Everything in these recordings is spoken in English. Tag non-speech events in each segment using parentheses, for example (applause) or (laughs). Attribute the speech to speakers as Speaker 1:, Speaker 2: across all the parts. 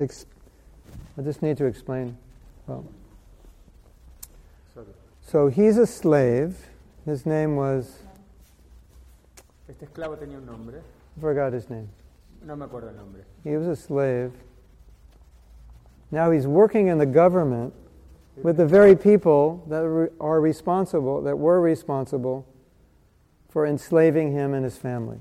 Speaker 1: Ex- I just need to explain. Well, so he's a slave. His name was,
Speaker 2: Este esclavo tenía un nombre,
Speaker 1: I forgot his name.
Speaker 2: no me acuerdo el nombre.
Speaker 1: He was a slave. Now he's working in the government with the very people that re- are responsible, that were responsible for enslaving him and his family.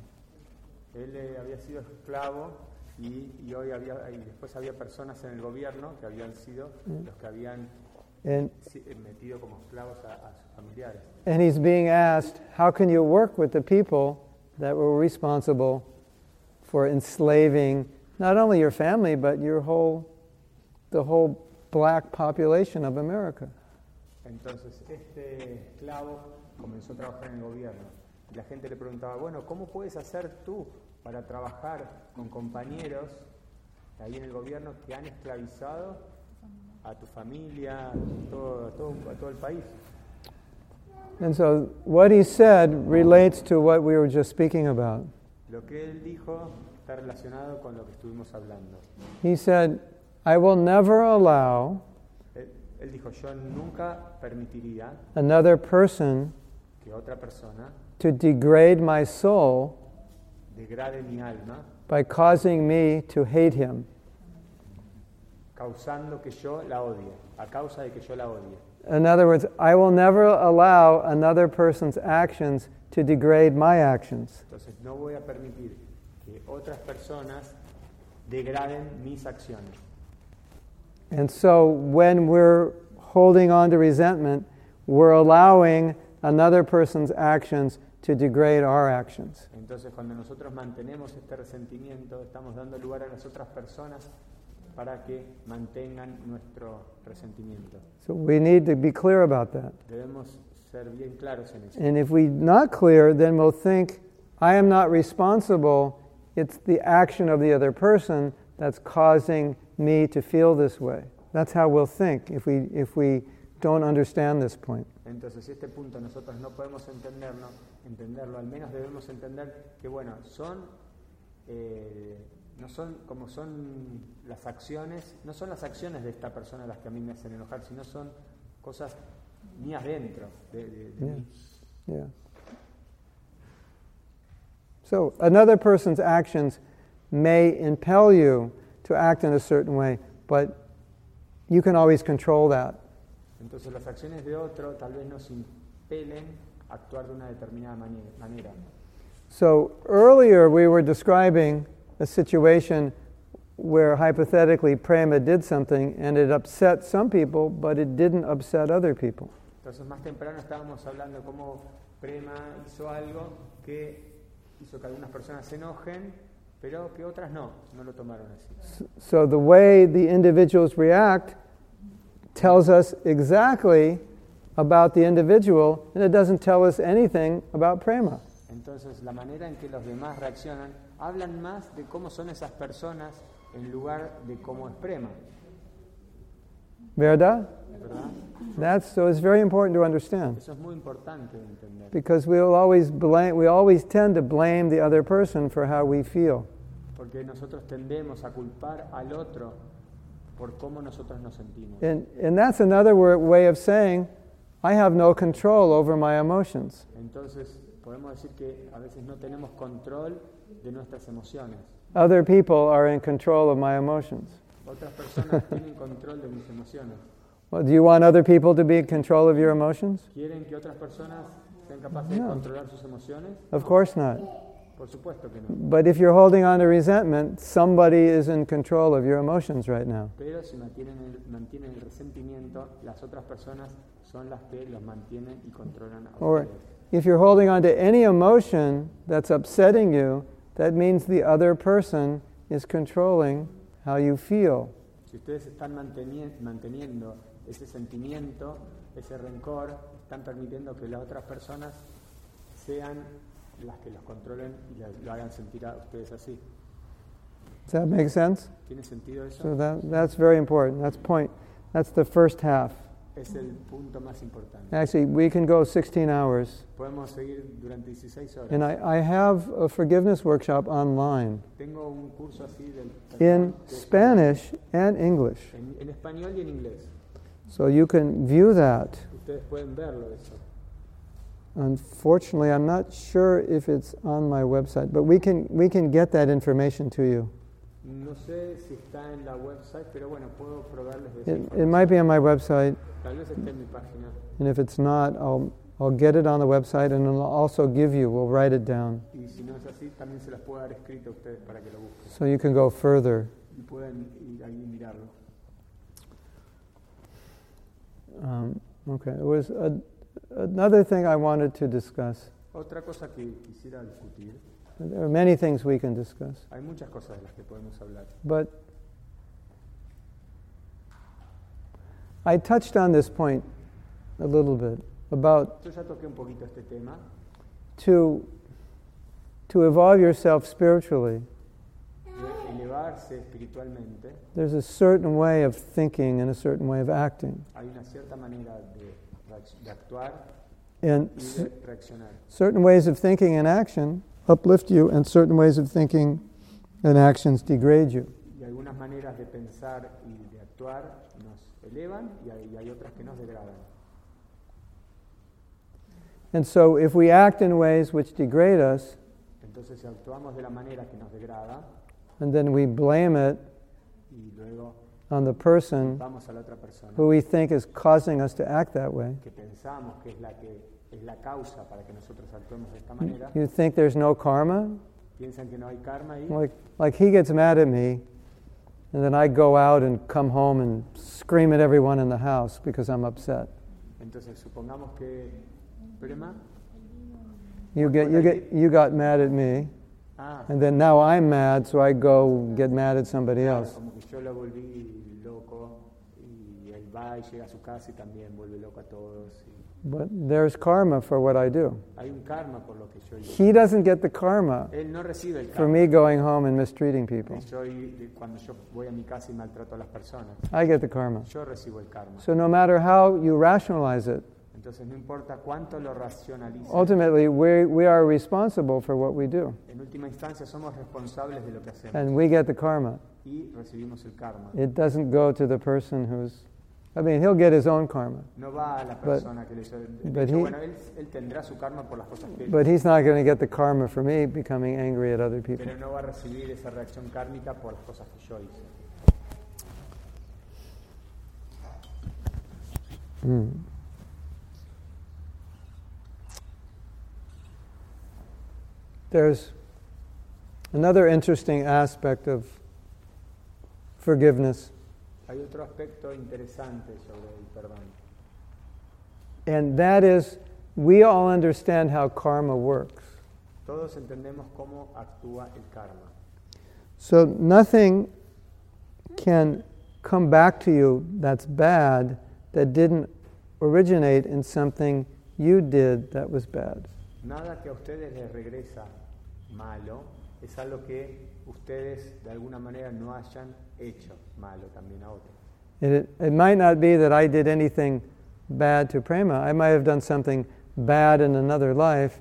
Speaker 2: Él eh, había sido esclavo y, y hoy había, y después había personas en el gobierno que habían sido los que habían
Speaker 1: And,
Speaker 2: si- eh, metido como esclavos a, a sus familiares.
Speaker 1: and he's being asked, How can you work with the people that were responsible for enslaving not only your family, but your whole, the whole black population of America?
Speaker 2: Entonces, este esclavo comenzó a trabajar en el gobierno. Y la gente le preguntaba, bueno, ¿cómo puedes hacer tú para trabajar con compañeros ahí en el gobierno que han esclavizado a tu familia, a todo, a todo- a todo el país?
Speaker 1: And so what he said relates to what we were just speaking about.
Speaker 2: Lo que él dijo está relacionado con lo que estuvimos hablando.
Speaker 1: He said, I will never allow
Speaker 2: Él, él dijo, yo nunca permitiría
Speaker 1: another person
Speaker 2: que otra persona
Speaker 1: to degrade my soul
Speaker 2: degrade mi alma
Speaker 1: by causing me to hate him.
Speaker 2: causando que yo la odie, a causa de que yo la odie.
Speaker 1: In other words, I will never allow another person's actions to degrade my actions.
Speaker 2: Entonces no voy a permitir que otras personas degraden mis acciones.
Speaker 1: And so when we're holding on to resentment, we're allowing another person's actions to degrade our actions.
Speaker 2: Entonces cuando nosotros mantenemos este resentimiento, estamos dando lugar a las otras personas para que mantengan nuestro resentimiento.
Speaker 1: So we need to be clear about that.
Speaker 2: Debemos ser bien claros en eso.
Speaker 1: And if we're not clear, then we'll think, I am not responsible. It's the action of the other person that's causing me to feel this way. That's how we'll think if we, if we don't understand this point.
Speaker 2: Entonces, si este punto nosotros no podemos entenderlo, entenderlo, al menos debemos entender que, bueno, son, eh, no son como son las acciones, no son las acciones de esta persona las que a mí me hacen enojar, sino son cosas mías dentro de, de- de
Speaker 1: Yeah.
Speaker 2: mí.
Speaker 1: Yeah. So another person's actions may impel you to act in a certain way, but you can always control that.
Speaker 2: Entonces, las acciones de otro tal vez nos impelen a actuar de una determinada mani- manera.
Speaker 1: So earlier we were describing a situation where hypothetically prema did something and it upset some people, but it didn't upset other people.
Speaker 2: Entonces, más temprano estábamos hablando cómo Prema hizo algo que hizo que algunas personas se enojen, pero que otras no, no lo tomaron así.
Speaker 1: S- So the way the individuals react tells us exactly about the individual and it doesn't tell us anything about prema.
Speaker 2: Entonces, la manera en que los demás reaccionan, hablan más de cómo son esas personas en lugar de cómo es Prema,
Speaker 1: Verda?
Speaker 2: ¿verdad?
Speaker 1: That's so it's very important to understand
Speaker 2: Eso es muy importante de entender,
Speaker 1: because we'll always blame we always tend to blame the other person for how we feel.
Speaker 2: porque nosotros tendemos a culpar al otro por cómo nosotros nos sentimos.
Speaker 1: And, and that's another wor- way of saying, I have no control over my emotions.
Speaker 2: Entonces, podemos decir que a veces no tenemos control de nuestras emociones.
Speaker 1: Other people are in control of my emotions.
Speaker 2: Otras personas tienen control de mis emociones.
Speaker 1: Well, do you want other people to be in control of your emotions?
Speaker 2: ¿Quieren que otras personas sean capaces
Speaker 1: No.
Speaker 2: de controlar sus emociones?
Speaker 1: Of course not.
Speaker 2: Por supuesto que no.
Speaker 1: But if you're holding on to resentment, somebody is in control of your emotions right now.
Speaker 2: Pero si mantienen el, mantienen el resentimiento, las otras personas son las que los mantienen y controlan a
Speaker 1: Or
Speaker 2: ustedes.
Speaker 1: if you're holding on to any emotion that's upsetting you, that means the other person is controlling how you feel.
Speaker 2: Si ustedes están manteni- manteniendo ese sentimiento, ese rencor, están permitiendo que las otras personas sean las que los controlen y las- lo hagan sentir a ustedes así.
Speaker 1: Does that make sense?
Speaker 2: ¿Tiene sentido eso?
Speaker 1: So that, that's very important. That's point. That's the first half.
Speaker 2: es el punto más importante.
Speaker 1: Actually, we can go 16 hours.
Speaker 2: Podemos seguir durante 16 horas.
Speaker 1: And I, I have a forgiveness workshop online
Speaker 2: Tengo un curso así del
Speaker 1: in
Speaker 2: que es
Speaker 1: Spanish and English.
Speaker 2: en, en español y en inglés.
Speaker 1: So you can view that.
Speaker 2: Ustedes pueden verlo eso.
Speaker 1: Unfortunately, I'm not sure if it's on my website, but we can, we can get that information to you.
Speaker 2: No sé si está en la website, pero bueno, puedo probarles de esa
Speaker 1: It, it
Speaker 2: información.
Speaker 1: might be on my website,
Speaker 2: Tal vez esté en mi página.
Speaker 1: and if it's not, I'll, I'll get it on the website and I'll also give you, we'll write it down
Speaker 2: Y si no es así, también se las puedo dar escrito a ustedes para que lo busquen.
Speaker 1: so you can go further.
Speaker 2: Y puedan ir ahí y mirarlo.
Speaker 1: Um, okay, there was a, another thing I wanted to discuss.
Speaker 2: Otra cosa que quisiera discutir,
Speaker 1: There are many things we can discuss,
Speaker 2: hay muchas cosas de las que podemos hablar.
Speaker 1: but I touched on this point a little bit about
Speaker 2: Yo ya toqué un poquito este tema.
Speaker 1: to to evolve yourself spiritually
Speaker 2: de elevarse espiritualmente,
Speaker 1: there's a certain way of thinking and a certain way of acting
Speaker 2: hay una cierta manera de, reac- de actuar
Speaker 1: and
Speaker 2: y
Speaker 1: s-
Speaker 2: de reaccionar.
Speaker 1: certain ways of thinking and action uplift you and certain ways of thinking and actions degrade you
Speaker 2: Y algunas maneras de pensar y de actuar nos elevan y hay, y hay otras que nos degradan.
Speaker 1: and so if we act in ways which degrade us
Speaker 2: Entonces, si actuamos de la manera que nos degrada
Speaker 1: and then we blame it
Speaker 2: y luego
Speaker 1: on the person
Speaker 2: vamos a la otra persona
Speaker 1: who we think is causing us to act that way
Speaker 2: que pensamos que es la que es la causa para que nosotros actuemos de esta manera,
Speaker 1: you think there's no karma
Speaker 2: piensan que no hay karma ahí,
Speaker 1: Like, like he gets mad at me, and then I go out and come home and scream at everyone in the house because I'm upset.
Speaker 2: entonces supongamos que problema,
Speaker 1: You get, you get, you got mad at me,
Speaker 2: ah,
Speaker 1: and then now I'm mad, so I go get mad at somebody else.
Speaker 2: Como que yo lo volví loco y él va y llega a su casa y también vuelve loco a todos. y
Speaker 1: But there's karma for what I do.
Speaker 2: hay un karma por lo que yo hice.
Speaker 1: He doesn't get the karma
Speaker 2: Él no recibe el
Speaker 1: for
Speaker 2: karma.
Speaker 1: me going home and mistreating people.
Speaker 2: Y yo y- de- cuando yo voy a mi casa y maltrato a las personas,
Speaker 1: I get the karma.
Speaker 2: yo recibo el karma.
Speaker 1: So no matter how you rationalize it,
Speaker 2: Entonces no importa cuánto lo racionalice,
Speaker 1: ultimately we, we are responsible for what we do,
Speaker 2: en última instancia somos responsables de lo que hacemos
Speaker 1: and we get the karma.
Speaker 2: y recibimos el karma.
Speaker 1: It doesn't go to the person who's, I mean, he'll get his own karma,
Speaker 2: No va a la persona que le hizo. de
Speaker 1: but
Speaker 2: hecho,
Speaker 1: he-
Speaker 2: bueno, él, él tendrá su karma por las cosas que él
Speaker 1: but he's not going to get the karma for me becoming angry at other people.
Speaker 2: pero no va a recibir esa reacción kármica por las cosas que yo hice.
Speaker 1: There's another interesting aspect of forgiveness,
Speaker 2: Hay otro aspecto interesante sobre el perdón,
Speaker 1: and that is we all understand how karma works.
Speaker 2: Todos entendemos cómo actúa el karma.
Speaker 1: So nothing can come back to you that's bad that didn't originate in something you did that was bad.
Speaker 2: Nada que a ustedes les regresa malo es algo que ustedes de alguna manera no hayan hecho malo también a otros.
Speaker 1: And It, it might not be that I did anything bad to Prema. I might have done something bad in another life,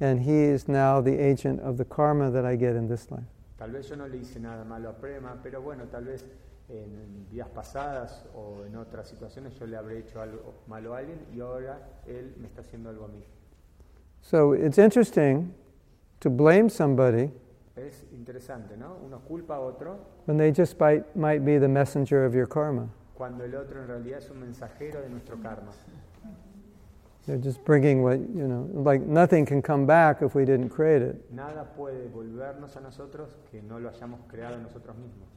Speaker 1: and he is now the agent of the karma that I get in this life.
Speaker 2: Tal vez yo no le hice nada malo a Prema, pero bueno, tal vez en días pasadas o en otras situaciones yo le habré hecho algo malo a alguien y ahora él me está haciendo algo a mí.
Speaker 1: So it's interesting to blame somebody
Speaker 2: Es interesante, ¿no? Uno culpa a otro
Speaker 1: when they just might, might be the messenger of your karma.
Speaker 2: cuando el otro en realidad es un mensajero de nuestro karma.
Speaker 1: They're just bringing what, you know, like nothing can come back if we didn't create it.
Speaker 2: Nada puede volvernos a nosotros que no lo hayamos creado nosotros mismos.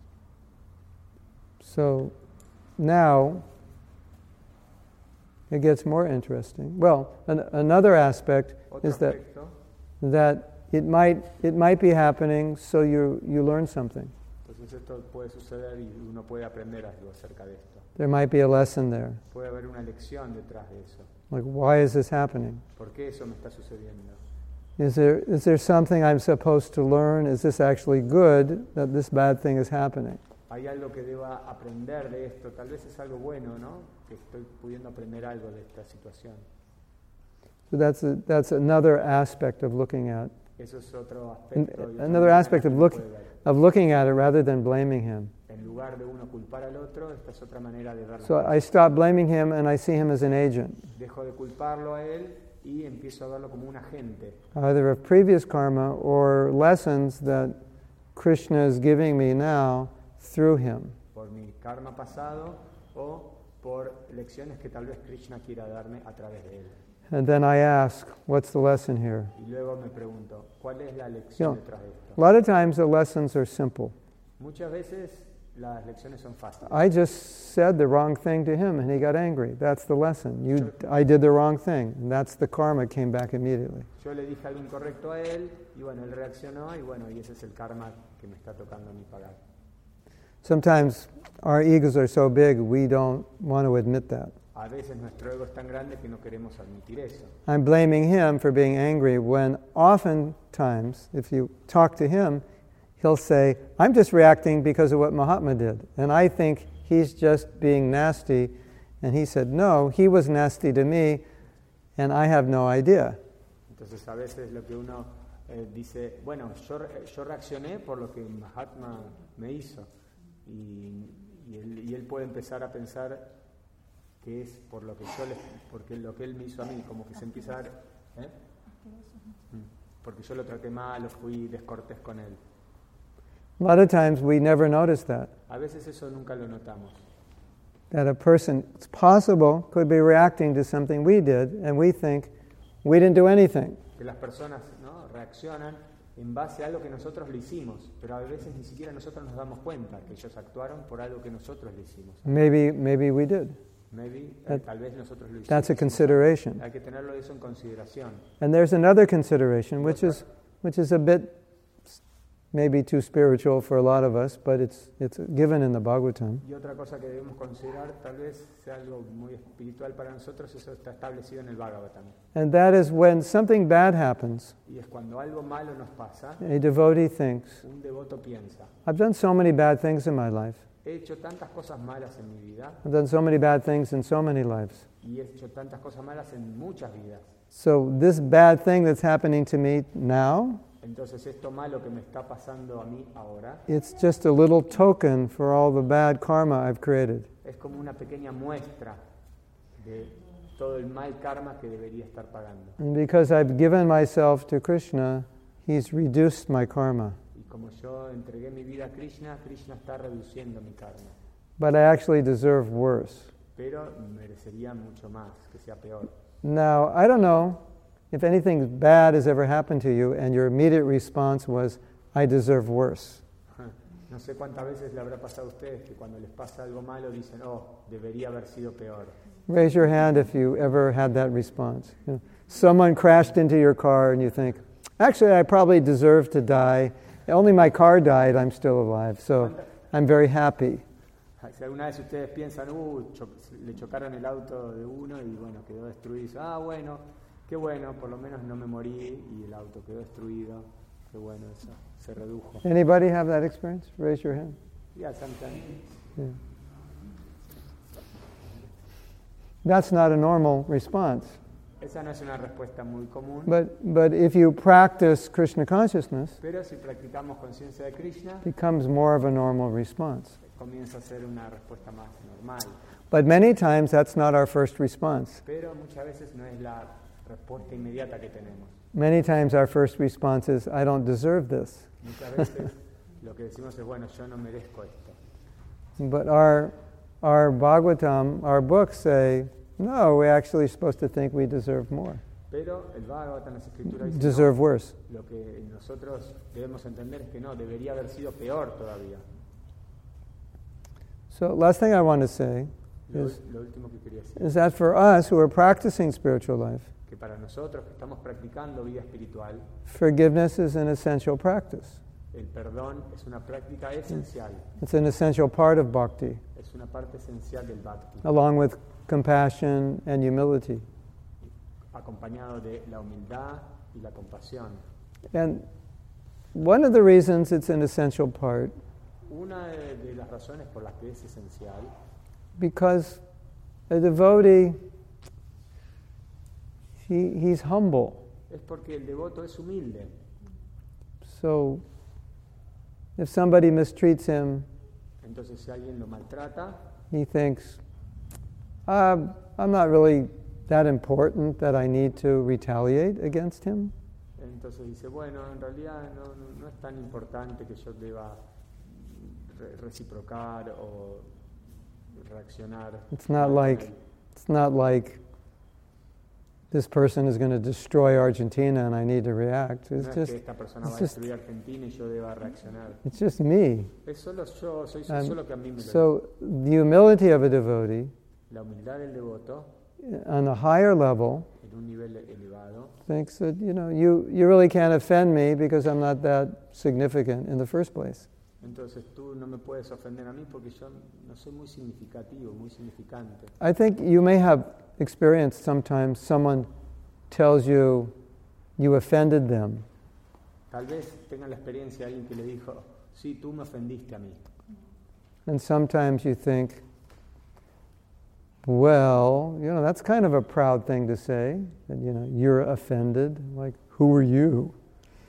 Speaker 1: So now it gets more interesting. Well, an, another aspect
Speaker 2: Otro
Speaker 1: is that,
Speaker 2: aspecto,
Speaker 1: that it, might, it might be happening, so you, you learn something.
Speaker 2: entonces esto Pues puede suceder y uno puede aprender algo acerca de esto.
Speaker 1: There might be a lesson there.
Speaker 2: Puede haber una lección detrás de eso.
Speaker 1: Like, why is this happening?
Speaker 2: ¿Por qué eso me está sucediendo?
Speaker 1: Is there, is there something I'm supposed to learn? Is this actually good that this bad thing is happening?
Speaker 2: hay algo que deba aprender de esto, tal vez es algo bueno, ¿no? Que estoy pudiendo aprender algo de esta situación.
Speaker 1: So that's, a, that's another aspect of looking at
Speaker 2: Eso es otro
Speaker 1: and
Speaker 2: aspecto. y otra
Speaker 1: another
Speaker 2: manera
Speaker 1: aspect
Speaker 2: que
Speaker 1: of
Speaker 2: se
Speaker 1: look-
Speaker 2: puede ver.
Speaker 1: of looking at it rather than blaming him.
Speaker 2: En lugar de uno culpar al otro, esta es otra manera de verlo.
Speaker 1: So uh, I stop blaming him and I see him as an agent,
Speaker 2: Dejo de culparlo a él y empiezo a verlo como un agente,
Speaker 1: either of previous karma or lessons that Krishna is giving me now through him.
Speaker 2: por mi karma pasado o por lecciones que tal vez Krishna quiera darme a través de él.
Speaker 1: And then I ask, what's the lesson here?
Speaker 2: Y luego me pregunto, ¿cuál es la
Speaker 1: Yo.
Speaker 2: lección detrás de esto?
Speaker 1: A lot of times the lessons are simple.
Speaker 2: Muchas veces las lecciones son fáciles.
Speaker 1: I just said the wrong thing to him and he got angry. That's the lesson. You, I did the wrong thing. And that's the karma came back immediately.
Speaker 2: Yo le dije algo incorrecto a él y bueno, él reaccionó y bueno, y ese es el karma que me está tocando a mí pagar.
Speaker 1: Sometimes our egos are so big we don't want to admit that.
Speaker 2: A veces nuestro ego es tan grande que no queremos admitir eso.
Speaker 1: I'm blaming him for being angry when oftentimes, if you talk to him, he'll say, I'm just reacting because of what Mahatma did. And I think he's just being nasty. And he said, No, he was nasty to me, and I have no idea.
Speaker 2: Entonces a veces lo que uno eh, dice, bueno, yo, re- yo reaccioné por lo que Mahatma me hizo. Y, y él, y él puede empezar a pensar que es por lo que yo le, porque lo que él me hizo a mí, como que se empieza a... dar- ¿eh? Mm. Porque yo lo traté mal o fui descortés con él.
Speaker 1: A lot of times we never notice that.
Speaker 2: A veces eso nunca lo notamos.
Speaker 1: That a person, it's possible, could be reacting to something we did, and we think, We didn't do anything.
Speaker 2: Que las personas ¿no? reaccionan en base a algo que nosotros le hicimos, pero a veces ni siquiera nosotros nos damos cuenta que ellos actuaron por algo que nosotros le hicimos.
Speaker 1: Maybe, maybe we did.
Speaker 2: Maybe, eh,
Speaker 1: That-
Speaker 2: tal vez nosotros lo hicimos.
Speaker 1: That's a consideration.
Speaker 2: Hay que tenerlo eso en consideración.
Speaker 1: And there's another consideration, which is, which is a bit s- maybe too spiritual for a lot of us, but it's, it's given in the Bhagavatam.
Speaker 2: Y otra cosa que debemos considerar, tal vez sea algo muy espiritual para nosotros, eso está establecido en el Bhagavatam.
Speaker 1: And that is when something bad happens,
Speaker 2: Y es cuando algo malo nos pasa,
Speaker 1: a devotee thinks,
Speaker 2: un devoto piensa,
Speaker 1: I've done so many bad things in my life.
Speaker 2: he hecho tantas cosas malas en mi vida
Speaker 1: I've done so many bad things in so many lives.
Speaker 2: y he hecho tantas cosas malas en muchas vidas.
Speaker 1: So this bad thing that's happening to me now,
Speaker 2: Entonces esto malo que me está pasando a mí ahora
Speaker 1: it's just a little token for all the bad karma I've created.
Speaker 2: es como una pequeña muestra de todo el mal karma que debería estar pagando.
Speaker 1: And because I've given myself to Krishna, he's reduced my karma.
Speaker 2: Y como yo entregué mi vida a Krishna, Krishna está reduciendo mi karma.
Speaker 1: But I actually deserve worse.
Speaker 2: Pero merecería mucho más, que sea peor. (laughs)
Speaker 1: Now, I don't know if anything bad has ever happened to you and your immediate response was, I deserve worse.
Speaker 2: No sé cuántas veces le habrá pasado a ustedes que cuando les pasa algo malo dicen, oh, debería haber sido peor. (laughs)
Speaker 1: Raise your hand if you ever had that response. You know, someone crashed into your car and you think, actually, I probably deserve to die. Only my car died, I'm still alive. So I'm very happy.
Speaker 2: Si alguna vez ustedes piensan, uh, cho- le chocaron el auto de uno y bueno, quedó destruido, dicen, ah, bueno, qué bueno, por lo menos no me morí y el auto quedó destruido, qué bueno eso, se redujo.
Speaker 1: Anybody have that experience? Raise your hand.
Speaker 2: Yeah, sometimes.
Speaker 1: Yeah. That's not a normal response.
Speaker 2: Esa no es una respuesta muy común,
Speaker 1: But, but if you practice Krishna consciousness,
Speaker 2: pero si practicamos conciencia de Krishna,
Speaker 1: it becomes more of a normal response.
Speaker 2: comienza a ser una respuesta más normal.
Speaker 1: But many times that's not our first response.
Speaker 2: Pero muchas veces no es la respuesta inmediata que tenemos.
Speaker 1: Many times our first response is, I don't deserve this.
Speaker 2: Muchas
Speaker 1: (laughs)
Speaker 2: veces lo que decimos es, bueno, yo no merezco esto.
Speaker 1: But our, our Bhagavatam, our books say, no, we're actually supposed to think we deserve more,
Speaker 2: Pero el Bhagavatam, las escrituras, dice,
Speaker 1: deserve worse.
Speaker 2: no, lo que nosotros debemos entender es que no, debería haber sido peor todavía.
Speaker 1: So, last thing I want to say
Speaker 2: Lo,
Speaker 1: Yes.
Speaker 2: lo último que quería decir,
Speaker 1: is that for us who are practicing spiritual life,
Speaker 2: que para nosotros que estamos practicando vida espiritual,
Speaker 1: Forgiveness is an essential practice.
Speaker 2: el perdón es una práctica esencial,
Speaker 1: It's an essential part of bhakti,
Speaker 2: es una parte esencial del bhakti,
Speaker 1: along with compassion and humility.
Speaker 2: acompañado de la humildad y la compasión.
Speaker 1: And one of the reasons it's an essential part
Speaker 2: una de, de las razones por las que es esencial,
Speaker 1: because a devotee, he, he's humble.
Speaker 2: es porque el devoto es humilde.
Speaker 1: So if somebody mistreats him,
Speaker 2: Entonces si alguien lo maltrata,
Speaker 1: he thinks, uh, I'm not really that important that I need to retaliate against him.
Speaker 2: entonces dice, bueno, en realidad no, no- no es tan importante que yo deba re- reciprocar o reaccionar.
Speaker 1: It's not like- It's not like this person is going to destroy Argentina and I need to react.
Speaker 2: No
Speaker 1: It's
Speaker 2: es
Speaker 1: just,
Speaker 2: que esta persona va
Speaker 1: it's
Speaker 2: a
Speaker 1: just-
Speaker 2: destruir Argentina y yo deba reaccionar.
Speaker 1: it's just me.
Speaker 2: Es solo yo, soy
Speaker 1: Um,
Speaker 2: solo que a mí me lo
Speaker 1: So the humility of a devotee uh,
Speaker 2: La humildad del devoto,
Speaker 1: on a higher level
Speaker 2: en un nivel elevado,
Speaker 1: thinks that you know you, you really can't offend me because I'm not that significant in the first place.
Speaker 2: entonces tú no me puedes ofender a mí porque yo no soy muy significativo, muy significante.
Speaker 1: I think you may have experienced sometimes someone tells you you offended them.
Speaker 2: Tal vez tengan la experiencia de alguien que le dijo, sí, tú me ofendiste a mí.
Speaker 1: And sometimes you think, well, you know, that's kind of a proud thing to say, that, you know, you're offended. Like, who are you?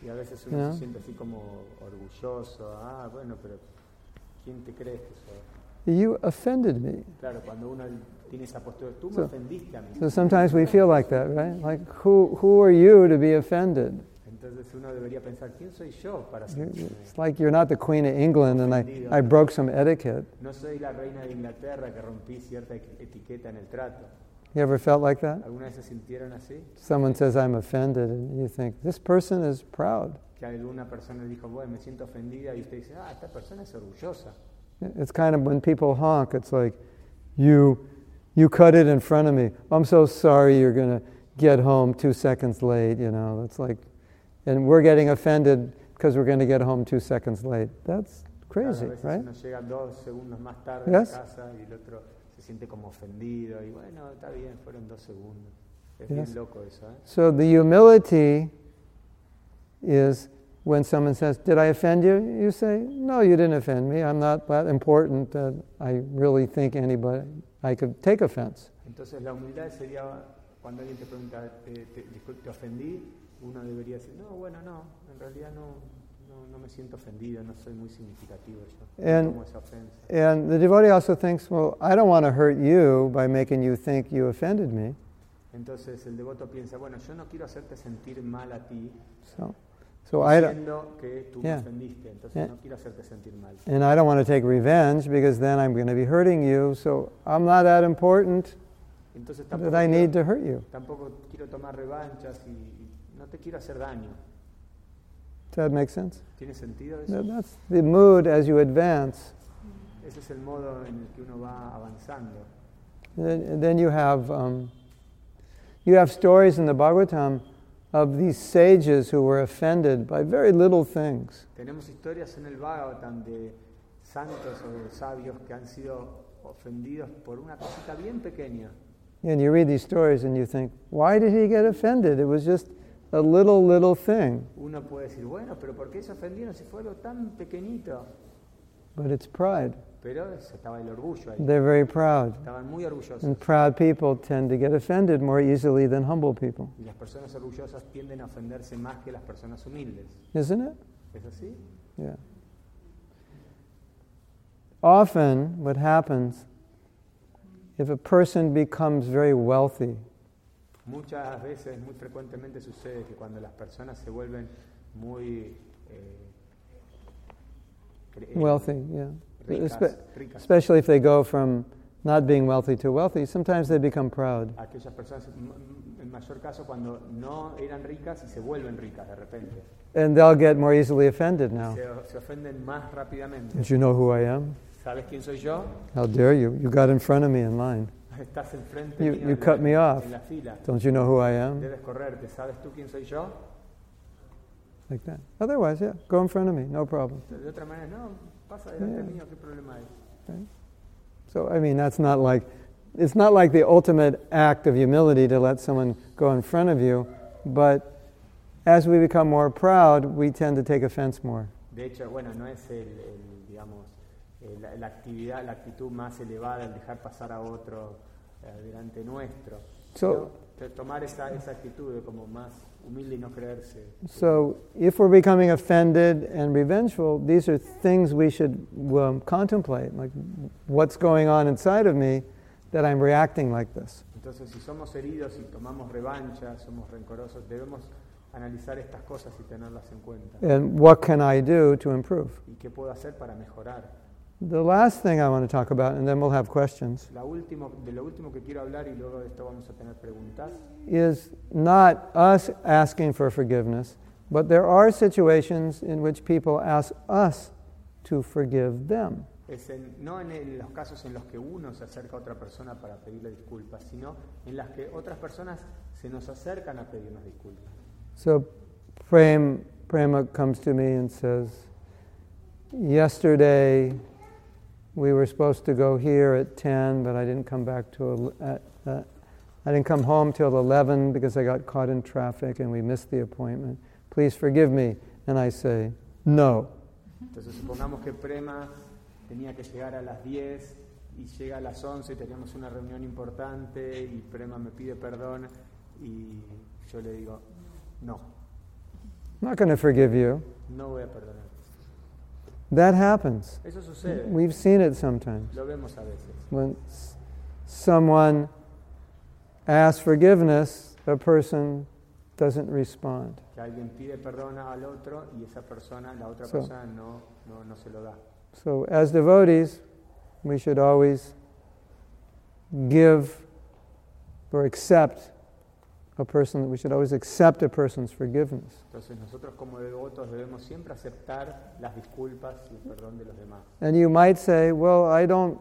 Speaker 2: Y a veces uno
Speaker 1: No.
Speaker 2: se siente así como orgulloso, ah, bueno, pero ¿quién te crees que soy?
Speaker 1: You offended me.
Speaker 2: Claro, cuando uno tiene esa postura, tú me
Speaker 1: So-
Speaker 2: ofendiste a mí.
Speaker 1: So sometimes we feel like that, right? Like, who, who are you to be offended?
Speaker 2: Entonces uno debería pensar, ¿quién soy yo para
Speaker 1: You're-
Speaker 2: sentirme?
Speaker 1: It's like you're not the Queen of England and I, I broke some etiquette.
Speaker 2: No soy la reina de Inglaterra que rompí cierta e- etiqueta en el trato.
Speaker 1: You ever felt like that?
Speaker 2: ¿Alguna vez se sintieron así?
Speaker 1: Someone says, I'm offended, and you think, this person is proud.
Speaker 2: Que alguna persona dijo, bueno, me siento ofendida y usted dice, ah, esta persona es orgullosa.
Speaker 1: It's kind of when people honk, it's like, you, you cut it in front of me. I'm so sorry you're going to get home two seconds late, you know. That's like, and we're getting offended because we're going to get home two seconds late. That's
Speaker 2: Claro,
Speaker 1: crazy,
Speaker 2: a veces
Speaker 1: right?
Speaker 2: uno llega dos segundos más tarde
Speaker 1: Yes.
Speaker 2: a casa y el otro se siente como ofendido y bueno, está bien, fueron dos segundos. Es
Speaker 1: Yes.
Speaker 2: bien loco eso, ¿eh?
Speaker 1: So the humility is when someone says, Did I offend you? You say, No, you didn't offend me. I'm not that important that I really think anybody, I could take offense.
Speaker 2: Entonces la humildad sería cuando alguien te pregunta, eh, te, discul- te ofendí, uno debería decir, no, bueno, no, en realidad no, no, no me siento ofendido, no soy muy significativo yo.
Speaker 1: And-
Speaker 2: no tomo esa ofensa.
Speaker 1: And the devotee also thinks, Well, I don't want to hurt you by making you think you offended me.
Speaker 2: Entonces el devoto piensa, bueno, yo no quiero hacerte sentir mal a ti,
Speaker 1: So, so I don't,
Speaker 2: diciendo que tú
Speaker 1: Yeah.
Speaker 2: me ofendiste, entonces
Speaker 1: Yeah.
Speaker 2: no quiero hacerte sentir mal.
Speaker 1: and I don't want to take revenge because then I'm going to be hurting you. So I'm not that important
Speaker 2: Entonces
Speaker 1: that
Speaker 2: tampoco,
Speaker 1: I need
Speaker 2: quiero,
Speaker 1: to hurt you.
Speaker 2: tampoco quiero tomar revanchas y, y no te quiero hacer daño.
Speaker 1: Does that make sense?
Speaker 2: ¿Tiene sentido eso?
Speaker 1: That- That's the mood as you advance.
Speaker 2: Ese es el modo en el que uno va avanzando.
Speaker 1: Then, then you have um, you have stories in the Bhagavatam of these sages who were offended by very little things.
Speaker 2: Tenemos historias en el Bhagavatam de santos o de sabios que han sido ofendidos por una cosita bien pequeña.
Speaker 1: And you read these stories and you think, why did he get offended? It was just a little little thing,
Speaker 2: Uno puede decir, bueno, pero ¿por qué se ofendieron si fue algo tan pequeñito?
Speaker 1: but it's pride.
Speaker 2: Pero se estaba el orgullo ahí.
Speaker 1: They're very proud,
Speaker 2: Estaban muy orgullosos.
Speaker 1: and proud people tend to get offended more easily than humble people,
Speaker 2: Y las personas orgullosas tienden a ofenderse más que las personas humildes.
Speaker 1: isn't it?
Speaker 2: ¿Es así?
Speaker 1: Yeah. Often, what happens if a person becomes very wealthy,
Speaker 2: Muchas veces, muy frecuentemente sucede que cuando las personas se vuelven muy... eh, cre- eh,
Speaker 1: wealthy, yeah.
Speaker 2: Ricas,
Speaker 1: Espe-
Speaker 2: ricas.
Speaker 1: Especially if they go from not being wealthy to wealthy, sometimes they become proud.
Speaker 2: aquellas personas, m- m- en mayor caso, cuando no eran ricas y se vuelven ricas de repente.
Speaker 1: And they'll get more easily offended now.
Speaker 2: Se, se ofenden más rápidamente.
Speaker 1: Don't you know who I am?
Speaker 2: ¿Sabes quién soy yo? (laughs)
Speaker 1: How dare you? You got in front of me in line.
Speaker 2: Estás enfrente
Speaker 1: You-
Speaker 2: mío
Speaker 1: you
Speaker 2: en,
Speaker 1: cut
Speaker 2: la,
Speaker 1: me off.
Speaker 2: en la fila.
Speaker 1: Don't you know who I am?
Speaker 2: Debes correrte. ¿Sabes tú quién soy yo?
Speaker 1: Like that. Otherwise, yeah, go in front of me, no problem.
Speaker 2: De otra manera, no, pasa delante
Speaker 1: Yeah.
Speaker 2: mío, ¿qué problema hay?
Speaker 1: So, I mean, that's not like, it's not like the ultimate act of humility to let someone go in front of you, but as we become more proud, we tend to take offense more.
Speaker 2: De hecho, bueno, no es el, el, digamos, eh, la, la actividad, la actitud más elevada, el dejar pasar a otro eh, delante nuestro.
Speaker 1: So-
Speaker 2: ¿no? Tomar esa, esa actitud de como más humilde y no creerse.
Speaker 1: So, if we're becoming offended and revengeful, these are things we should um, contemplate. Like, what's going on inside of me that I'm reacting like this?
Speaker 2: Entonces, si somos heridos y tomamos revancha, somos rencorosos, debemos analizar estas cosas y tenerlas en cuenta.
Speaker 1: And what can I do to improve?
Speaker 2: ¿Y qué puedo hacer para mejorar?
Speaker 1: The last thing I want to talk about, and then we'll have questions,
Speaker 2: La último, de lo último que quiero hablar, y luego de esto vamos a tener preguntas,
Speaker 1: is not us asking for forgiveness, but there are situations in which people ask us to forgive them.
Speaker 2: es en- no en el- los casos en los que uno se acerca a otra persona para pedirle disculpas, sino en las que otras personas se nos acercan a pedirnos disculpas.
Speaker 1: So Prem, Prema comes to me and says, Yesterday we were supposed to go here at 10, but I didn't come back till, el- at, uh, I didn't come home till 11 because I got caught in traffic and we missed the appointment. Please forgive me. And I say, No.
Speaker 2: Entonces, supongamos que Prema tenía que llegar a las 10 y llega a las 11 y teníamos una reunión importante y Prema me pide perdón y yo le digo, no,
Speaker 1: I'm not going to forgive you.
Speaker 2: no voy a perdonar.
Speaker 1: That happens.
Speaker 2: Eso sucede,
Speaker 1: We've seen it sometimes.
Speaker 2: lo vemos a veces.
Speaker 1: when s- someone asks forgiveness, a person doesn't respond.
Speaker 2: Que alguien pide perdón al otro y esa persona, la otra
Speaker 1: Sí.
Speaker 2: persona no, no, no se lo da.
Speaker 1: So, as devotees, we should always give or accept a person, we should always accept a person's forgiveness.
Speaker 2: Entonces nosotros como devotos debemos siempre aceptar las disculpas y el perdón de los demás.
Speaker 1: And you might say, Well, I don't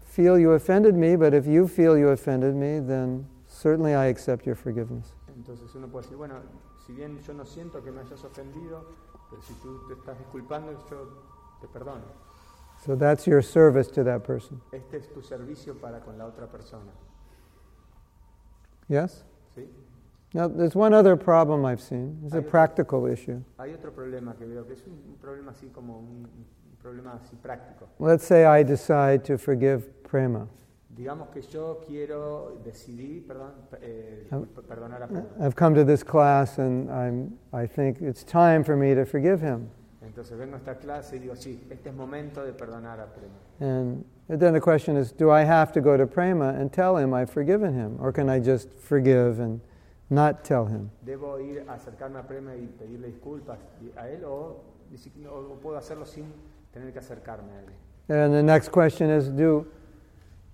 Speaker 1: feel you offended me, but if you feel you offended me, then certainly I accept your forgiveness.
Speaker 2: Entonces uno puede decir, bueno, si bien yo no siento que me hayas ofendido, pero si tú te estás disculpando, yo te perdono.
Speaker 1: So, that's your service to that person.
Speaker 2: Este es tu servicio para con la otra persona.
Speaker 1: Yes?
Speaker 2: ¿sí?
Speaker 1: Now, there's one other problem I've seen. It's
Speaker 2: Hay
Speaker 1: a
Speaker 2: otro.
Speaker 1: practical issue.
Speaker 2: Hay otro problema que veo, que es un, un problema así como un, un problema así práctico.
Speaker 1: Let's say I decide to forgive Prema.
Speaker 2: Digamos que yo quiero, decidí, perdón, eh,
Speaker 1: Ah.
Speaker 2: disculpa, perdonar a Prema.
Speaker 1: I've come to this class and I'm, I think it's time for me to forgive him.
Speaker 2: Entonces vengo a esta clase y digo, sí, este es momento de perdonar a Prema.
Speaker 1: And then the question is do I have to go to Prema and tell him I've forgiven him? Or can I just forgive and not tell him?
Speaker 2: ¿Debo ir a acercarme a Prema y pedirle disculpas y- a él o, ni siquiera- o puedo hacerlo sin tener que acercarme a él?
Speaker 1: And the next question is do,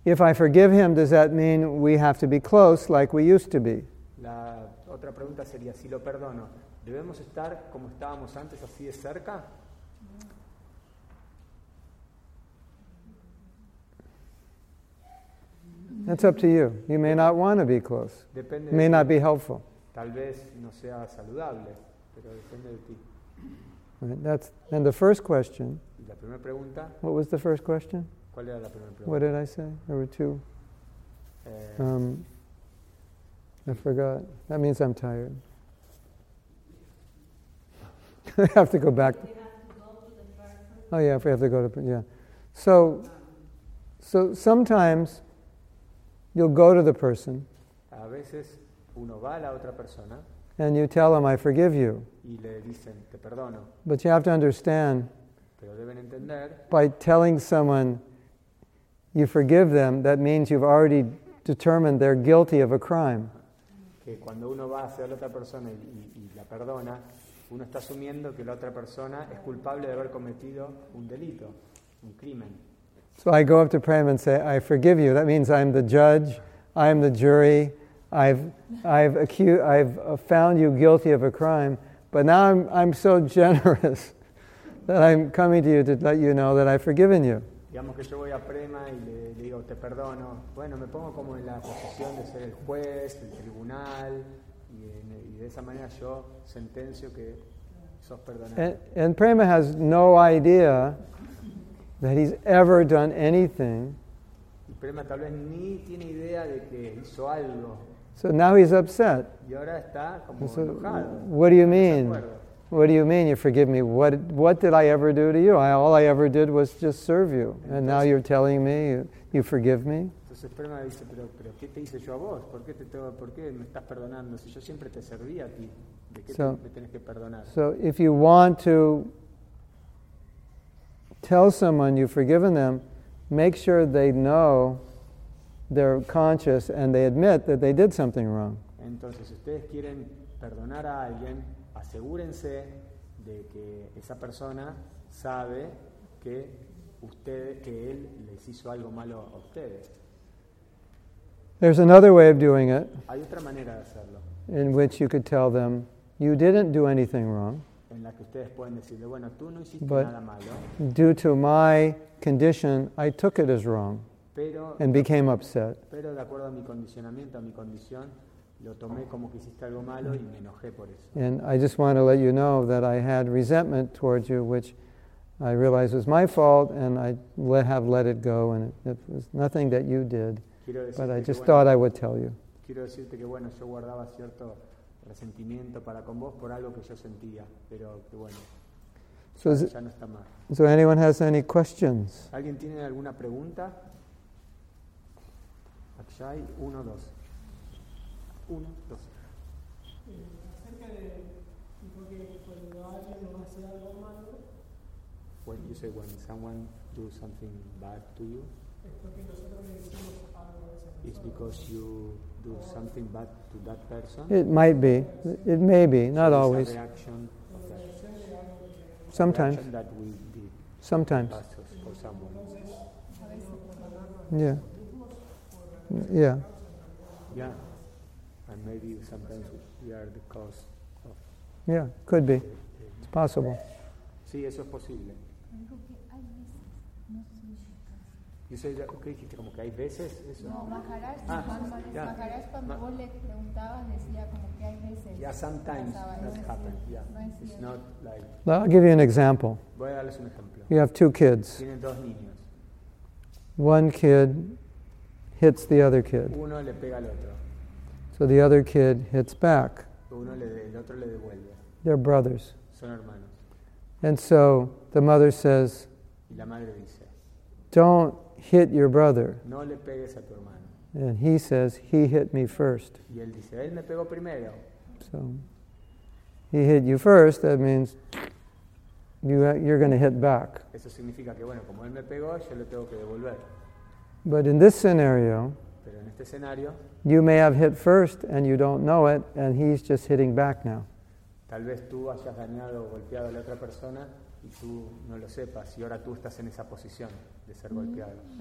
Speaker 1: if I forgive him, does that mean we have to be close like we used to be?
Speaker 2: La otra pregunta sería, si lo perdono, ¿debemos estar como estábamos antes, así de cerca?
Speaker 1: That's up to you. You may not want to be close,
Speaker 2: Depende
Speaker 1: it may
Speaker 2: de
Speaker 1: not
Speaker 2: ti.
Speaker 1: be helpful.
Speaker 2: Tal vez no sea saludable, pero depende de ti.
Speaker 1: Right, That's, and the first question,
Speaker 2: Y la primera pregunta,
Speaker 1: what was the first question?
Speaker 2: ¿cuál era la primera
Speaker 1: What
Speaker 2: pregunta?
Speaker 1: did I say? There were two.
Speaker 2: Eh,
Speaker 1: Um, I forgot. That means I'm tired. (laughs) I have to go back. Oh yeah, if we have to go to yeah. So, so sometimes you'll go to the person
Speaker 2: a veces uno va a la otra persona
Speaker 1: and you tell them, "I forgive you,"
Speaker 2: y le dicen, te perdono,
Speaker 1: but you have to understand
Speaker 2: pero deben entender
Speaker 1: by telling someone you forgive them, that means you've already determined they're guilty of a crime.
Speaker 2: que cuando uno va hacia la otra persona y, y- y la perdona, uno está asumiendo que la otra persona es culpable de haber cometido un delito, un crimen.
Speaker 1: So I go up to Prem and say, I forgive you. That means I'm the judge, I'm the jury, I've, I've, accu- I've uh, found you guilty of a crime, but now I'm, I'm so (laughs) generous that I'm coming to you to let you know that I've forgiven you.
Speaker 2: Digamos que yo voy a Prema y le, le digo, te perdono. Bueno, me pongo como en la posición de ser el juez, el tribunal, y, en- y de esa manera yo sentencio que sos perdonado.
Speaker 1: And, and Prema has no idea that he's ever done anything.
Speaker 2: Y Prema tal vez ni tiene idea de que hizo algo.
Speaker 1: So now he's upset.
Speaker 2: Y ahora está como
Speaker 1: And so,
Speaker 2: enojado.
Speaker 1: what do you mean?
Speaker 2: Desacuerdo.
Speaker 1: What do you mean you forgive me? What, what did I ever do to you? I, all I ever did was just serve you. And now you're telling me you, you forgive me?
Speaker 2: Entonces Prema dice, pero, pero ¿qué te hice yo a vos? ¿Por qué, te tengo- ¿Por qué me estás perdonando? Si yo siempre te serví a ti, ¿de qué
Speaker 1: So-
Speaker 2: te, me tenés que perdonar?
Speaker 1: So if you want to tell someone you've forgiven them, make sure they know they're conscious and they admit that they did something wrong.
Speaker 2: Entonces, si ustedes quieren perdonar a alguien, asegúrense de que esa persona sabe que, usted, que él les hizo algo malo a ustedes.
Speaker 1: There's another way of doing it
Speaker 2: Hay otra manera de hacerlo,
Speaker 1: in which you could tell them, you didn't do anything wrong.
Speaker 2: en la que ustedes pueden decirle, bueno, tú no hiciste
Speaker 1: But-
Speaker 2: nada malo,
Speaker 1: Due to my condition, I took it as wrong
Speaker 2: pero,
Speaker 1: and became upset.
Speaker 2: pero de acuerdo a mi condicionamiento, a mi condición, lo tomé como que hiciste algo malo y me enojé por eso.
Speaker 1: And I just want to let you know that I had resentment towards you, which I realized was my fault, and I let, have let it go, and it, it was nothing that you did.
Speaker 2: Quiero
Speaker 1: But
Speaker 2: decirte
Speaker 1: I
Speaker 2: que,
Speaker 1: just
Speaker 2: bueno,
Speaker 1: thought I would tell you.
Speaker 2: Quiero decirte que bueno, yo guardaba cierto resentimiento para con vos por algo que yo sentía, pero que bueno,
Speaker 1: So, is,
Speaker 2: ya no está mal.
Speaker 1: so anyone has any questions?
Speaker 2: ¿Alguien tiene alguna pregunta? Akshay, uno, dos. Uno, dos.
Speaker 3: Eh, acerca de dijo que cuando alguien nos hace algo malo
Speaker 2: When you say when someone do something bad to you,
Speaker 3: es porque nosotros le decimos algo a esa
Speaker 2: it's
Speaker 3: persona.
Speaker 2: because you do something bad to that person.
Speaker 1: It might be. It may be. Not
Speaker 2: It's a
Speaker 1: always.
Speaker 2: reaction of that.
Speaker 1: Sometimes.
Speaker 2: reaction that we did
Speaker 1: Sometimes.
Speaker 2: us for someone.
Speaker 1: Yeah. Yeah.
Speaker 2: Yeah. And maybe sometimes we are the cause of
Speaker 1: Yeah. Could be.
Speaker 2: the- the
Speaker 1: It's possible.
Speaker 2: Sí, eso es posible.
Speaker 4: Dijo que hay veces, no soy yo.
Speaker 2: Yo soy de- ¿qué dijiste? Como que hay veces eso.
Speaker 4: No, Maharaj,
Speaker 2: Ah,
Speaker 4: cuando,
Speaker 2: ya.
Speaker 4: Maharaj, cuando
Speaker 2: Ma-
Speaker 4: vos le preguntabas, decía como que hay veces.
Speaker 2: Yeah, sometimes
Speaker 4: pasaba, no
Speaker 2: that
Speaker 4: es
Speaker 2: happens.
Speaker 4: cierto,
Speaker 2: Yeah.
Speaker 4: no es
Speaker 2: It's
Speaker 4: cierto.
Speaker 2: not like
Speaker 1: Now, I'll give you an example.
Speaker 2: voy a darles un ejemplo.
Speaker 1: You have two kids.
Speaker 2: Tienen dos niños.
Speaker 1: One kid hits the other kid.
Speaker 2: Uno le pega al otro.
Speaker 1: So the other kid hits back.
Speaker 2: Uno le de- el otro le devuelve.
Speaker 1: They're brothers.
Speaker 2: Son hermanos.
Speaker 1: And so the mother says,
Speaker 2: Y la madre dice,
Speaker 1: Don't hit your brother.
Speaker 2: no le pegues a tu hermano.
Speaker 1: And he says, He hit me first.
Speaker 2: Y él dice, él me pegó primero.
Speaker 1: So he hit you first, that means you, you're going to hit back.
Speaker 2: Eso significa que, bueno, como él me pegó, yo le tengo que devolver.
Speaker 1: But in this scenario,
Speaker 2: Pero en este escenario,
Speaker 1: you may have hit first and you don't know it, and he's just hitting back now.
Speaker 2: tal vez tú hayas dañado o golpeado a la otra persona y tú no lo sepas. Y ahora tú estás en esa posición de ser golpeado.
Speaker 1: Mm.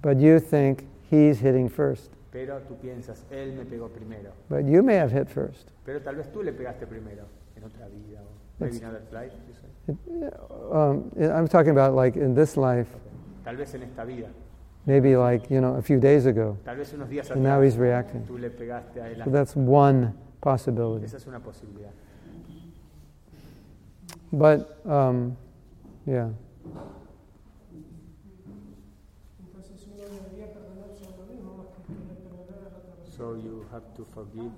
Speaker 1: But you think he's hitting first.
Speaker 2: Pero tú piensas, él me pegó primero.
Speaker 1: But you may have hit first.
Speaker 2: Pero tal vez tú le pegaste primero en otra vida. O maybe another life, you say.
Speaker 1: It- um, I'm talking about like in this life,
Speaker 2: Tal vez en esta vida.
Speaker 1: maybe like, you know, a few days ago.
Speaker 2: Tal vez unos días
Speaker 1: And now he's
Speaker 2: atrás
Speaker 1: reacting.
Speaker 2: tú le pegaste a él.
Speaker 1: So that's one possibility.
Speaker 2: Esa es una posibilidad.
Speaker 1: But, um, yeah.
Speaker 3: Entonces uno debería perdonarse a uno mismo más que querer perdonar a la otra persona.
Speaker 2: So you have to forgive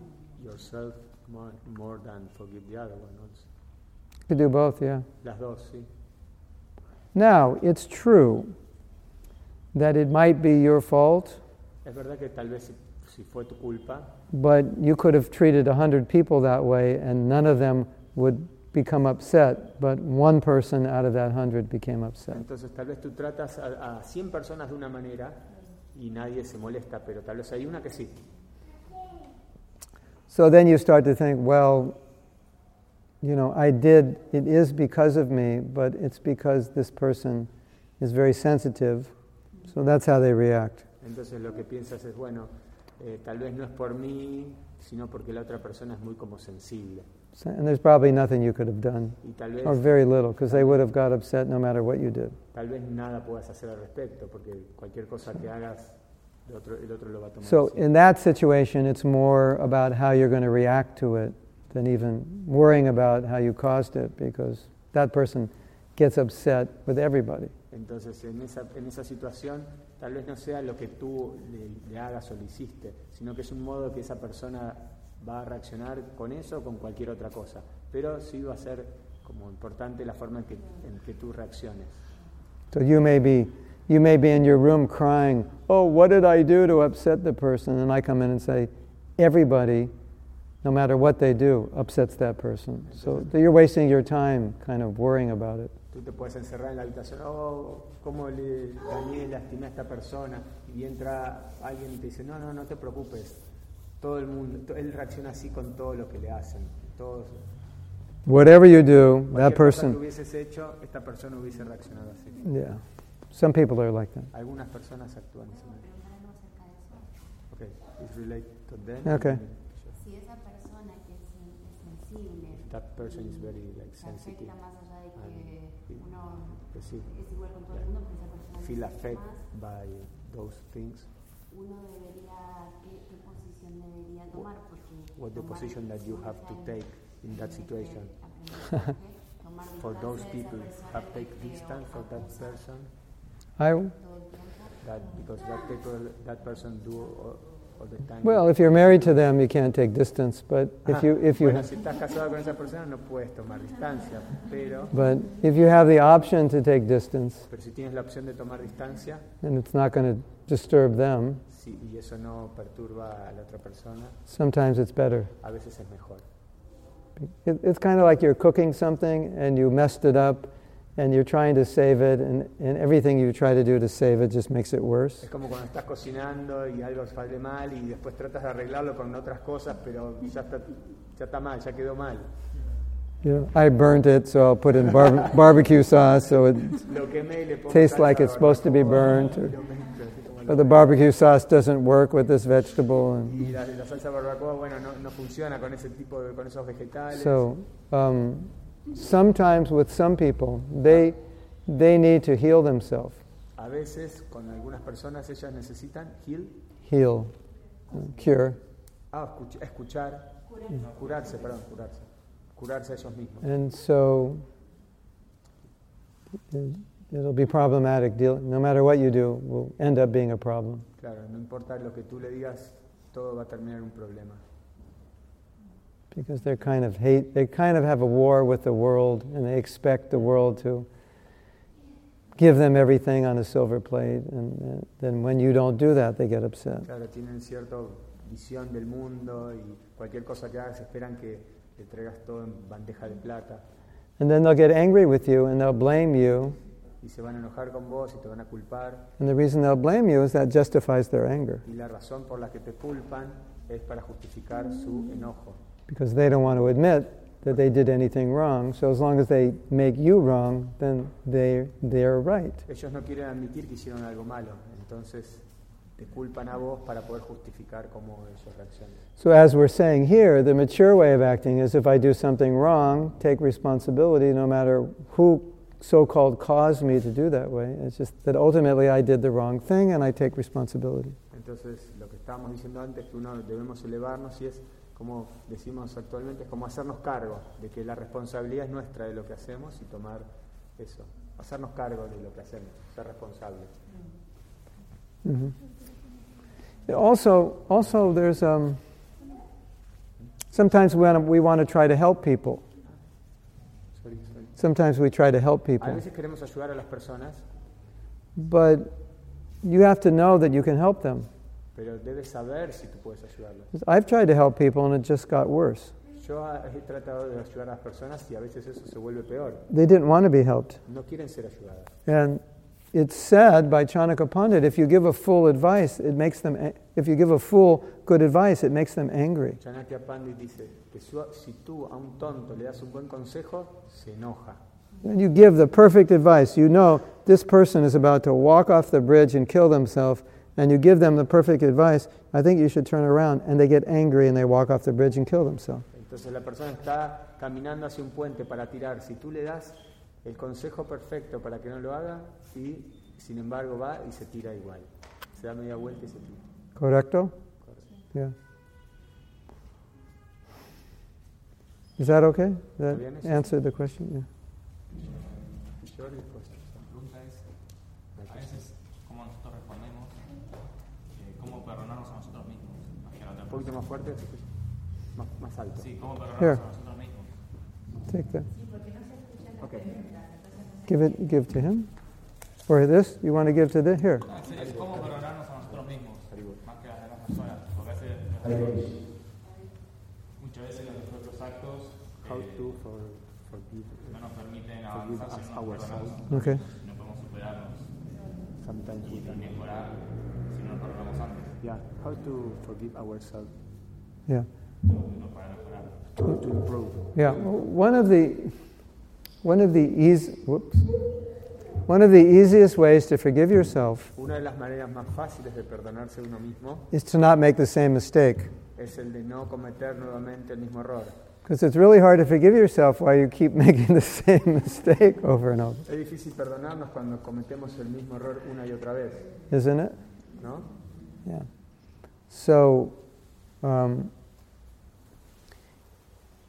Speaker 2: yourself more, more than forgive the other one. also.
Speaker 1: Could do both, yeah.
Speaker 2: Las dos, sí.
Speaker 1: Now, it's true that it might be your fault,
Speaker 2: Es verdad que tal vez si, si fue tu culpa,
Speaker 1: but you could have treated 100 people that way and none of them would become upset, but one person out of that 100 became upset.
Speaker 2: entonces tal vez tú tratas a, a 100 personas de una manera y nadie se molesta, pero tal vez hay una que sí.
Speaker 1: So then you start to think, well, you know, I did, it is because of me, but it's because this person is very sensitive. So that's how they react.
Speaker 2: Entonces lo que piensas es, bueno, eh, tal vez no es por mí, sino porque la otra persona es muy como sensible.
Speaker 1: So- and there's probably nothing you could have done,
Speaker 2: Y tal vez,
Speaker 1: or very little, because they would have got upset no matter what you did.
Speaker 2: tal vez nada puedas hacer al respecto, porque cualquier cosa que hagas, el otro, el otro lo va a tomar.
Speaker 1: So
Speaker 2: así.
Speaker 1: in that situation, it's more about how you're going to react to it than even worrying about how you caused it, because that person gets upset with everybody.
Speaker 2: Entonces en esa, en esa situación tal vez no sea lo que tú le, le hagas o le hiciste, sino que es un modo que esa persona va a reaccionar con eso o con cualquier otra cosa. pero sí va a ser como importante la forma en que, en que tú reacciones.
Speaker 1: So you may be you may be in your room crying, "Oh, what did I do to upset the person?" And I come in and say, "Everybody, no matter what they do, upsets that person." So you're wasting your time kind of worrying about it.
Speaker 2: Tú te puedes encerrar en la habitación, oh, cómo le dañé, lastimé a esta persona, y entra alguien y te dice, no, no, no te preocupes, todo el mundo, to- él reacciona así con todo lo que le hacen, todos,
Speaker 1: Whatever you do, that
Speaker 2: cualquier cosa que
Speaker 1: person
Speaker 2: hubieses hecho, esta persona hubiese reaccionado así.
Speaker 1: yeah. Some people are like that.
Speaker 2: Algunas personas actúan así. Ok, it's related to them.
Speaker 1: Okay.
Speaker 5: Si esa persona que es, sen- es sensible,
Speaker 2: That person is very like,
Speaker 5: se
Speaker 2: sensitive.
Speaker 5: afecta más allá de que
Speaker 2: And-
Speaker 5: uno
Speaker 2: Pues sí,
Speaker 5: es igual con todo el mundo, pero esa persona
Speaker 2: feel
Speaker 5: le afecta
Speaker 2: affected by those things.
Speaker 5: más, uno debería, ¿qué, qué posición debería tomar? Porque
Speaker 2: What the
Speaker 5: tomar
Speaker 2: position that you have to
Speaker 5: distancia,
Speaker 2: take in that
Speaker 5: tiene que
Speaker 2: situation. (laughs)
Speaker 5: aprender, ¿ok? Tomar
Speaker 2: For
Speaker 5: distancia
Speaker 2: those
Speaker 5: de esa
Speaker 2: people,
Speaker 5: persona
Speaker 2: have
Speaker 5: que
Speaker 2: take
Speaker 5: te
Speaker 2: distance for that
Speaker 5: acusa
Speaker 2: person.
Speaker 1: I
Speaker 5: todo el tiempo.
Speaker 2: That because that people, that person do all, all the time.
Speaker 1: well, if you're married to them, you can't take distance, but if you if you
Speaker 2: bueno, si estás casado con esa persona no puedes tomar distancia, pero
Speaker 1: but if you have the option to take distance
Speaker 2: pero si tienes la opción de tomar distancia,
Speaker 1: and it's not going to disturb them,
Speaker 2: sí, y eso no perturba a la otra persona,
Speaker 1: sometimes it's better.
Speaker 2: a veces es mejor.
Speaker 1: It, it's kind of like you're cooking something and you messed it up and you're trying to save it, and, and everything you try to do to save it just makes it worse.
Speaker 2: Es como cuando estás cocinando y algo sale mal y después tratas de arreglarlo con otras cosas, pero ya está, ya está mal, ya quedó mal.
Speaker 1: You know, I burnt it, so I'll put in bar- (laughs) barbecue sauce so it,
Speaker 2: Lo quemé y le pongo
Speaker 1: Tastes
Speaker 2: salsa
Speaker 1: like it's supposed to be
Speaker 2: barbacoa,
Speaker 1: burnt, or-
Speaker 2: lo mezclo, así como
Speaker 1: or
Speaker 2: lo-
Speaker 1: the barbecue sauce doesn't work with this vegetable. And
Speaker 2: Y la, la salsa barbacoa, bueno, no, no funciona con ese tipo de, con esos vegetales.
Speaker 1: so um, sometimes with some people, they, they need to heal themselves,
Speaker 2: A veces con algunas personas ellas necesitan heal,
Speaker 1: heal, cure.
Speaker 2: ah, escuch- escuchar, curarse, perdón, curarse, curarse a ellos mismos.
Speaker 1: And so it- it'll be problematic. Deal, no matter what you do, will end up being a problem.
Speaker 2: Claro, no importa lo que tú le digas, todo va a terminar en un problema.
Speaker 1: Because they're kind of hate, they kind of have a war with the world and they expect the world to give them everything on a silver plate. And uh, then when you don't do that, they get upset.
Speaker 2: Claro, tienen cierta visión del mundo y cualquier cosa que hagas esperan que le traigas todo en bandeja de plata
Speaker 1: And then they'll get angry with you and they'll blame you.
Speaker 2: y se van a enojar con vos y te van a culpar
Speaker 1: And the reason they'll blame you is that justifies their anger
Speaker 2: y la razón por la que te culpan es para justificar su enojo.
Speaker 1: because they don't want to admit that they did anything wrong. So as long as they make you wrong, then they, they're right.
Speaker 2: Ellos no quieren admitir que hicieron algo malo, entonces te culpan a vos para poder justificar cómo ellos reaccionan.
Speaker 1: So, as we're saying here, the mature way of acting is if I do something wrong, take responsibility no matter who so called caused me to do that way. It's just that ultimately I did the wrong thing and I take responsibility.
Speaker 2: Entonces, lo que estábamos diciendo antes, que uno debemos elevarnos y es, como decimos actualmente, es como hacernos cargo de que la responsabilidad es nuestra de lo que hacemos y tomar eso, hacernos cargo de lo que hacemos, ser responsables.
Speaker 1: Mhm. Also, also, there's um, sometimes when we want to try to help people.
Speaker 2: Sorry, sorry.
Speaker 1: Sometimes we try to help
Speaker 2: A
Speaker 1: people.
Speaker 2: veces queremos ayudar a las personas,
Speaker 1: But you have to know that you can help them.
Speaker 2: pero debes saber si tú puedes ayudarlas.
Speaker 1: I've tried to help people and it just got worse.
Speaker 2: Yo ah, he tratado de ayudar a las personas y a veces eso se vuelve peor.
Speaker 1: They didn't want to be helped.
Speaker 2: No quieren ser ayudadas.
Speaker 1: And it's said by Chanaka Pandit, if you give a fool advice, it makes them, a- if you give a fool good advice, it makes them angry.
Speaker 2: Chanakya Pandit dice que su- si tú a un tonto le das un buen consejo, se enoja.
Speaker 1: When you give the perfect advice, you know this person is about to walk off the bridge and kill themselves, and you give them the perfect advice, I think you should turn around, and they get angry and they walk off the bridge and kill themselves.
Speaker 2: Entonces la persona está caminando hacia un puente para tirar. Si tú le das el consejo perfecto para que no lo haga, y sin embargo va y se tira igual. Se da media vuelta y se tira.
Speaker 1: Correcto? Yeah. Is that okay? That
Speaker 2: Bien, sí.
Speaker 1: answered the question? Yeah.
Speaker 2: Jordi, pues,
Speaker 6: pregunta es, a veces, ¿cómo nosotros respondemos? Eh, ¿Cómo perdonarnos a nosotros mismos? Hacia la otra
Speaker 2: Un poquito
Speaker 6: persona.
Speaker 2: más fuerte, más, más alto.
Speaker 6: Sí, ¿cómo perdonarnos
Speaker 1: Here.
Speaker 6: a nosotros mismos?
Speaker 1: Take that.
Speaker 2: Ok.
Speaker 1: Give it, give to him. Or this, you want to give to this? Here.
Speaker 6: Sí, es cómo perdonarnos a nosotros mismos, más que a las demás personas. Porque a veces, muchas veces nuestros actos
Speaker 2: How
Speaker 6: eh,
Speaker 2: to for, forgive
Speaker 6: no nos permiten
Speaker 2: Forgive
Speaker 6: avanzar
Speaker 2: us
Speaker 6: si no nos
Speaker 2: ourselves.
Speaker 6: perdonamos.
Speaker 1: Okay.
Speaker 6: No podemos superarnos
Speaker 2: sometimes we
Speaker 6: y
Speaker 2: can.
Speaker 6: mejorar si no nos perdonamos antes.
Speaker 2: Yeah, how to forgive ourselves,
Speaker 1: Yeah.
Speaker 6: No para mejorar.
Speaker 2: how to improve.
Speaker 1: Yeah, one of the one of the easy whoops, one of the easiest ways to forgive yourself
Speaker 2: Una de las maneras más fáciles de perdonarse uno mismo
Speaker 1: is to not make the same mistake
Speaker 2: es el de no cometer nuevamente el mismo error.
Speaker 1: because it's really hard to forgive yourself while you keep (laughs) making the same mistake over and over,
Speaker 2: Es difícil perdonarnos cuando cometemos el mismo error una y otra vez,
Speaker 1: isn't it?
Speaker 2: ¿no?
Speaker 1: Yeah. So, um,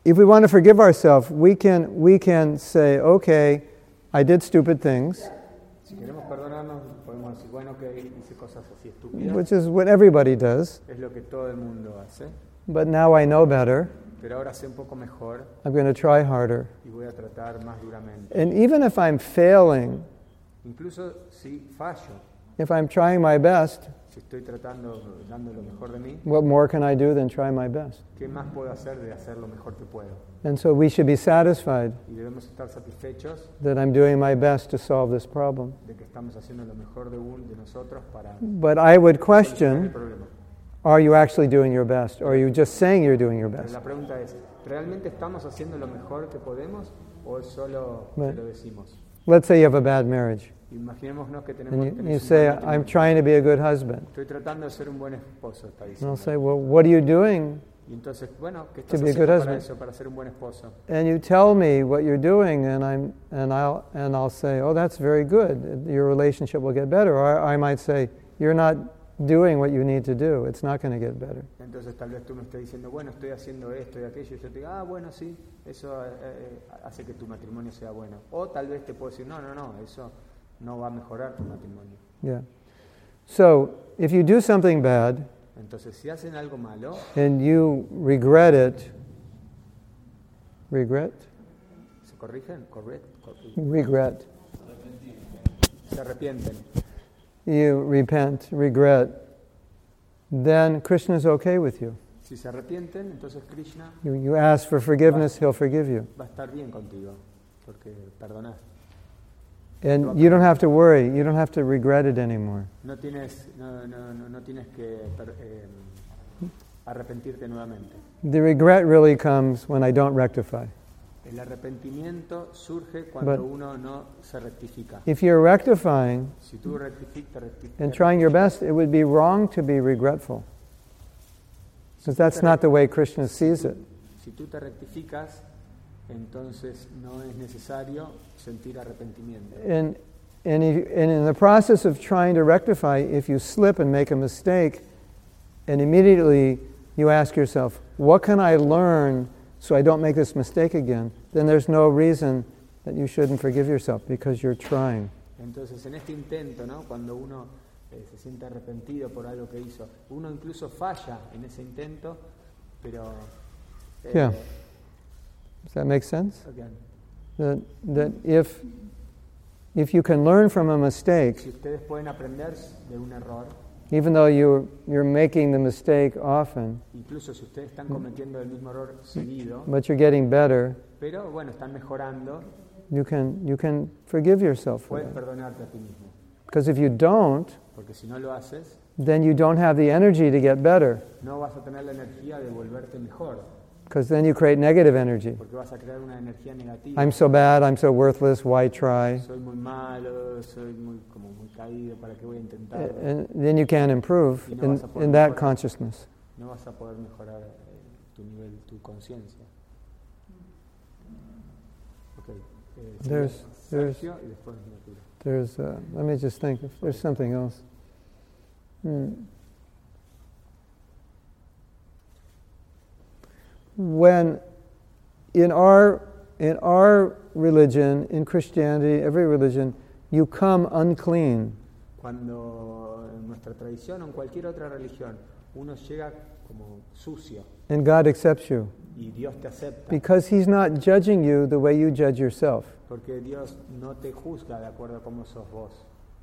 Speaker 1: if we want to forgive ourselves, we can we can say, okay, I did stupid things,
Speaker 2: Si queremos perdonarnos, podemos decir, bueno, que hice cosas así estúpidas.
Speaker 1: which is what everybody does,
Speaker 2: Es lo que todo el mundo hace,
Speaker 1: but now I know better.
Speaker 2: pero ahora sé un poco mejor
Speaker 1: I'm going to try harder.
Speaker 2: y voy a tratar más duramente.
Speaker 1: And even if I'm failing,
Speaker 2: Incluso si fallo,
Speaker 1: if I'm trying my best,
Speaker 2: si estoy tratando, dando lo mejor de mí,
Speaker 1: what more can I do than try my best?
Speaker 2: ¿qué más puedo hacer de hacer lo mejor que puedo?
Speaker 1: And so we should be satisfied
Speaker 2: Y debemos estar satisfechos
Speaker 1: that I'm doing my best to solve this problem.
Speaker 2: de que estamos haciendo lo mejor de, un, de nosotros para
Speaker 1: But I would
Speaker 2: solucionar el
Speaker 1: question
Speaker 2: problema.
Speaker 1: are you actually doing your best? Or are you just saying you're doing your
Speaker 2: Pero
Speaker 1: best?
Speaker 2: la pregunta es, ¿realmente estamos haciendo lo mejor que podemos o es solo que
Speaker 1: Bueno.
Speaker 2: lo decimos?
Speaker 1: Let's say you have a bad marriage,
Speaker 2: Imaginémonos que tenemos
Speaker 1: and you,
Speaker 2: tenés
Speaker 1: you
Speaker 2: un
Speaker 1: say,
Speaker 2: mal matrimonio.
Speaker 1: I'm trying to be a good husband.
Speaker 2: Estoy tratando de ser un buen esposo, está
Speaker 1: And I'll
Speaker 2: diciendo.
Speaker 1: say, Well, what are you doing?
Speaker 2: Y entonces, bueno, ¿qué
Speaker 1: To
Speaker 2: estás
Speaker 1: be a
Speaker 2: haciendo
Speaker 1: good
Speaker 2: para
Speaker 1: husband.
Speaker 2: eso, para ser un buen esposo?
Speaker 1: And you tell me what you're doing, and, I'm, and, I'll, and I'll say, Oh, that's very good. Your relationship will get better. Or I might say, You're not doing what you need to do. It's not going to get better.
Speaker 2: Entonces tal vez tú me estés diciendo, bueno, estoy haciendo esto y aquello, y yo te digo, ah, bueno, sí, eso eh, eh, hace que tu matrimonio sea bueno. O tal vez te puedo decir, no, no, no, eso no va a mejorar tu matrimonio.
Speaker 1: Yeah. So if you do something bad
Speaker 2: Entonces, si hacen algo malo,
Speaker 1: and you regret it, regret?
Speaker 2: se corrigen, correct, corri-
Speaker 1: Regret.
Speaker 2: se arrepienten,
Speaker 1: You repent, regret. Then Krishna's okay with you.
Speaker 2: Si se arrepienten, entonces Krishna
Speaker 1: You, you ask for forgiveness, he'll forgive you.
Speaker 2: va a estar bien contigo, porque perdonás.
Speaker 1: And you don't have to worry. You don't have to regret it anymore.
Speaker 2: No tienes, no, no, no, no tienes que per- eh, arrepentirte nuevamente.
Speaker 1: The regret really comes when I don't rectify.
Speaker 2: El arrepentimiento surge cuando
Speaker 1: But-
Speaker 2: uno no se rectifica.
Speaker 1: If you're rectifying
Speaker 2: Si tú rectificas, te rectificas.
Speaker 1: and trying your best, it would be wrong to be regretful. Because that's not the way Krishna sees it.
Speaker 2: Si tú te rectificas, entonces no es necesario sentir arrepentimiento.
Speaker 1: And, and, if, and in the process of trying to rectify, if you slip and make a mistake, and immediately you ask yourself, what can I learn so I don't make this mistake again? Then there's no reason that you shouldn't forgive yourself because you're trying.
Speaker 2: Entonces, en este intento, ¿no? cuando uno eh, se siente arrepentido por algo que hizo, uno incluso falla en ese intento, pero. eh,
Speaker 1: Yeah. Does that make sense?
Speaker 2: again,
Speaker 1: That, that if, if you can learn from a mistake,
Speaker 2: Si ustedes pueden aprender de un error,
Speaker 1: even though you're, you're making the mistake often,
Speaker 2: incluso si ustedes están cometiendo el mismo error seguido,
Speaker 1: but you're getting better,
Speaker 2: pero bueno, están mejorando,
Speaker 1: you can, you can forgive yourself for
Speaker 2: puedes
Speaker 1: that.
Speaker 2: perdonarte a ti mismo.
Speaker 1: Because if you don't,
Speaker 2: Porque si no lo haces,
Speaker 1: then you don't have the energy to get better,
Speaker 2: no vas a tener la energía de volverte mejor,
Speaker 1: because then you create negative energy.
Speaker 2: porque vas a crear una energía negativa.
Speaker 1: I'm so bad, I'm so worthless, why try?
Speaker 2: soy muy malo, soy muy, como muy caído, ¿para qué voy a intentar?
Speaker 1: And then you can't improve in, in that consciousness.
Speaker 2: No vas a poder mejorar eh, tu nivel, tu conciencia. Ok. eh,
Speaker 1: There's- there's-
Speaker 2: Sergio y después Natura.
Speaker 1: There's, uh, let me just think, if there's something else. Hmm. When in our, in our religion, in Christianity, every religion, you come unclean.
Speaker 2: Cuando en nuestra tradición o en cualquier otra religión uno llega como sucio
Speaker 1: and God accepts you
Speaker 2: y Dios te acepta.
Speaker 1: because He's not judging you the way you judge yourself.
Speaker 2: Porque Dios no te juzga de acuerdo a cómo sos vos.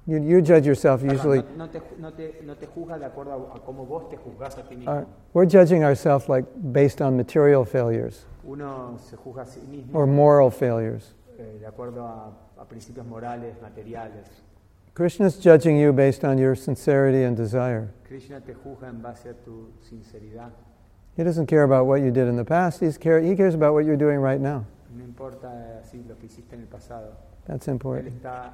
Speaker 1: You, you judge yourself
Speaker 2: Perdón,
Speaker 1: usually.
Speaker 2: no, no te, ju- no te- no te juzga de acuerdo a, a cómo vos te juzgás a ti mismo.
Speaker 1: Our- uh, we're judging ourselves like based on material failures
Speaker 2: Uno se juzga a sí mismo
Speaker 1: or moral failures.
Speaker 2: eh, de acuerdo a, a principios morales, materiales.
Speaker 1: Krishna's judging you based on your sincerity and desire.
Speaker 2: Krishna te juzga en base a tu sinceridad.
Speaker 1: He doesn't care about what you did in the past. He's care, he cares about what you're doing right now.
Speaker 2: No importa eh, sí, lo que hiciste en el pasado.
Speaker 1: That's
Speaker 2: Él
Speaker 1: important.
Speaker 2: está,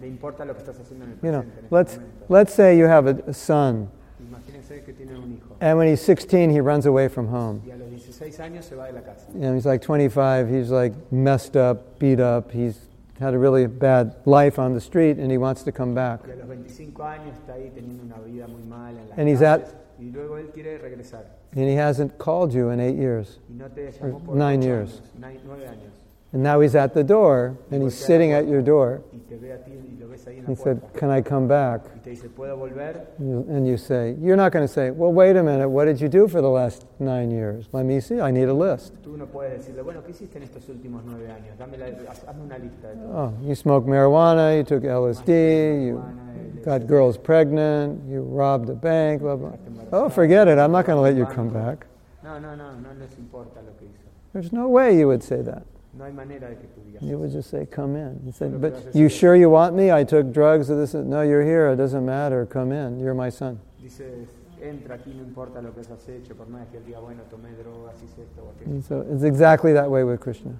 Speaker 2: le importa lo que estás haciendo en el
Speaker 1: You know,
Speaker 2: presente. en este
Speaker 1: let's,
Speaker 2: momento.
Speaker 1: let's say you have a, a son,
Speaker 2: Imagínense que tiene un hijo
Speaker 1: and when he's 16, he runs away from home.
Speaker 2: y a los 16 años se va de la casa.
Speaker 1: You know, he's like 25, he's like messed up, beat up, he's had a really bad life on the street, and he wants to come back.
Speaker 2: Y a los 25 años está ahí teniendo una vida muy mala en las
Speaker 1: And he's
Speaker 2: calles, y luego él quiere regresar
Speaker 1: And he hasn't called you in eight years.
Speaker 2: y no te llamó
Speaker 1: For
Speaker 2: por
Speaker 1: nine
Speaker 2: ocho
Speaker 1: years.
Speaker 2: años, nine- nueve años
Speaker 1: And now he's at the door, and he's sitting at your door.
Speaker 2: y te ve a ti y lo ves ahí en la
Speaker 1: He said,
Speaker 2: puerta
Speaker 1: Can I come back?
Speaker 2: y te dice puedo volver
Speaker 1: And you- And you say, You're not going to say, Well, wait a minute, what did you do for the last nine years? Let me see, I need a list.
Speaker 2: tú no puedes decirle bueno qué hiciste en estos últimos nueve años Dame la- haz- hazme una lista de todo
Speaker 1: Oh, you smoked marijuana, you took LSD, you
Speaker 2: Marihuana, el-
Speaker 1: got girls pregnant, you robbed a bank, blah, blah.
Speaker 2: Got
Speaker 1: Oh, forget it, I'm not going to let you come back.
Speaker 2: no no no no les importa lo que hizo
Speaker 1: There's no way you would say that.
Speaker 2: no hay manera de que tú digas
Speaker 1: You would just say, Come in. He said,
Speaker 2: Solo
Speaker 1: But
Speaker 2: clases
Speaker 1: you
Speaker 2: de-
Speaker 1: sure you want me? I took drugs, or this, is-" no, you're here, it doesn't matter, come in, you're my son.
Speaker 2: dices entra aquí no importa lo que has hecho por más que él diga bueno tomé drogas hice esto o aquello
Speaker 1: And so it's exactly that way with Krishna.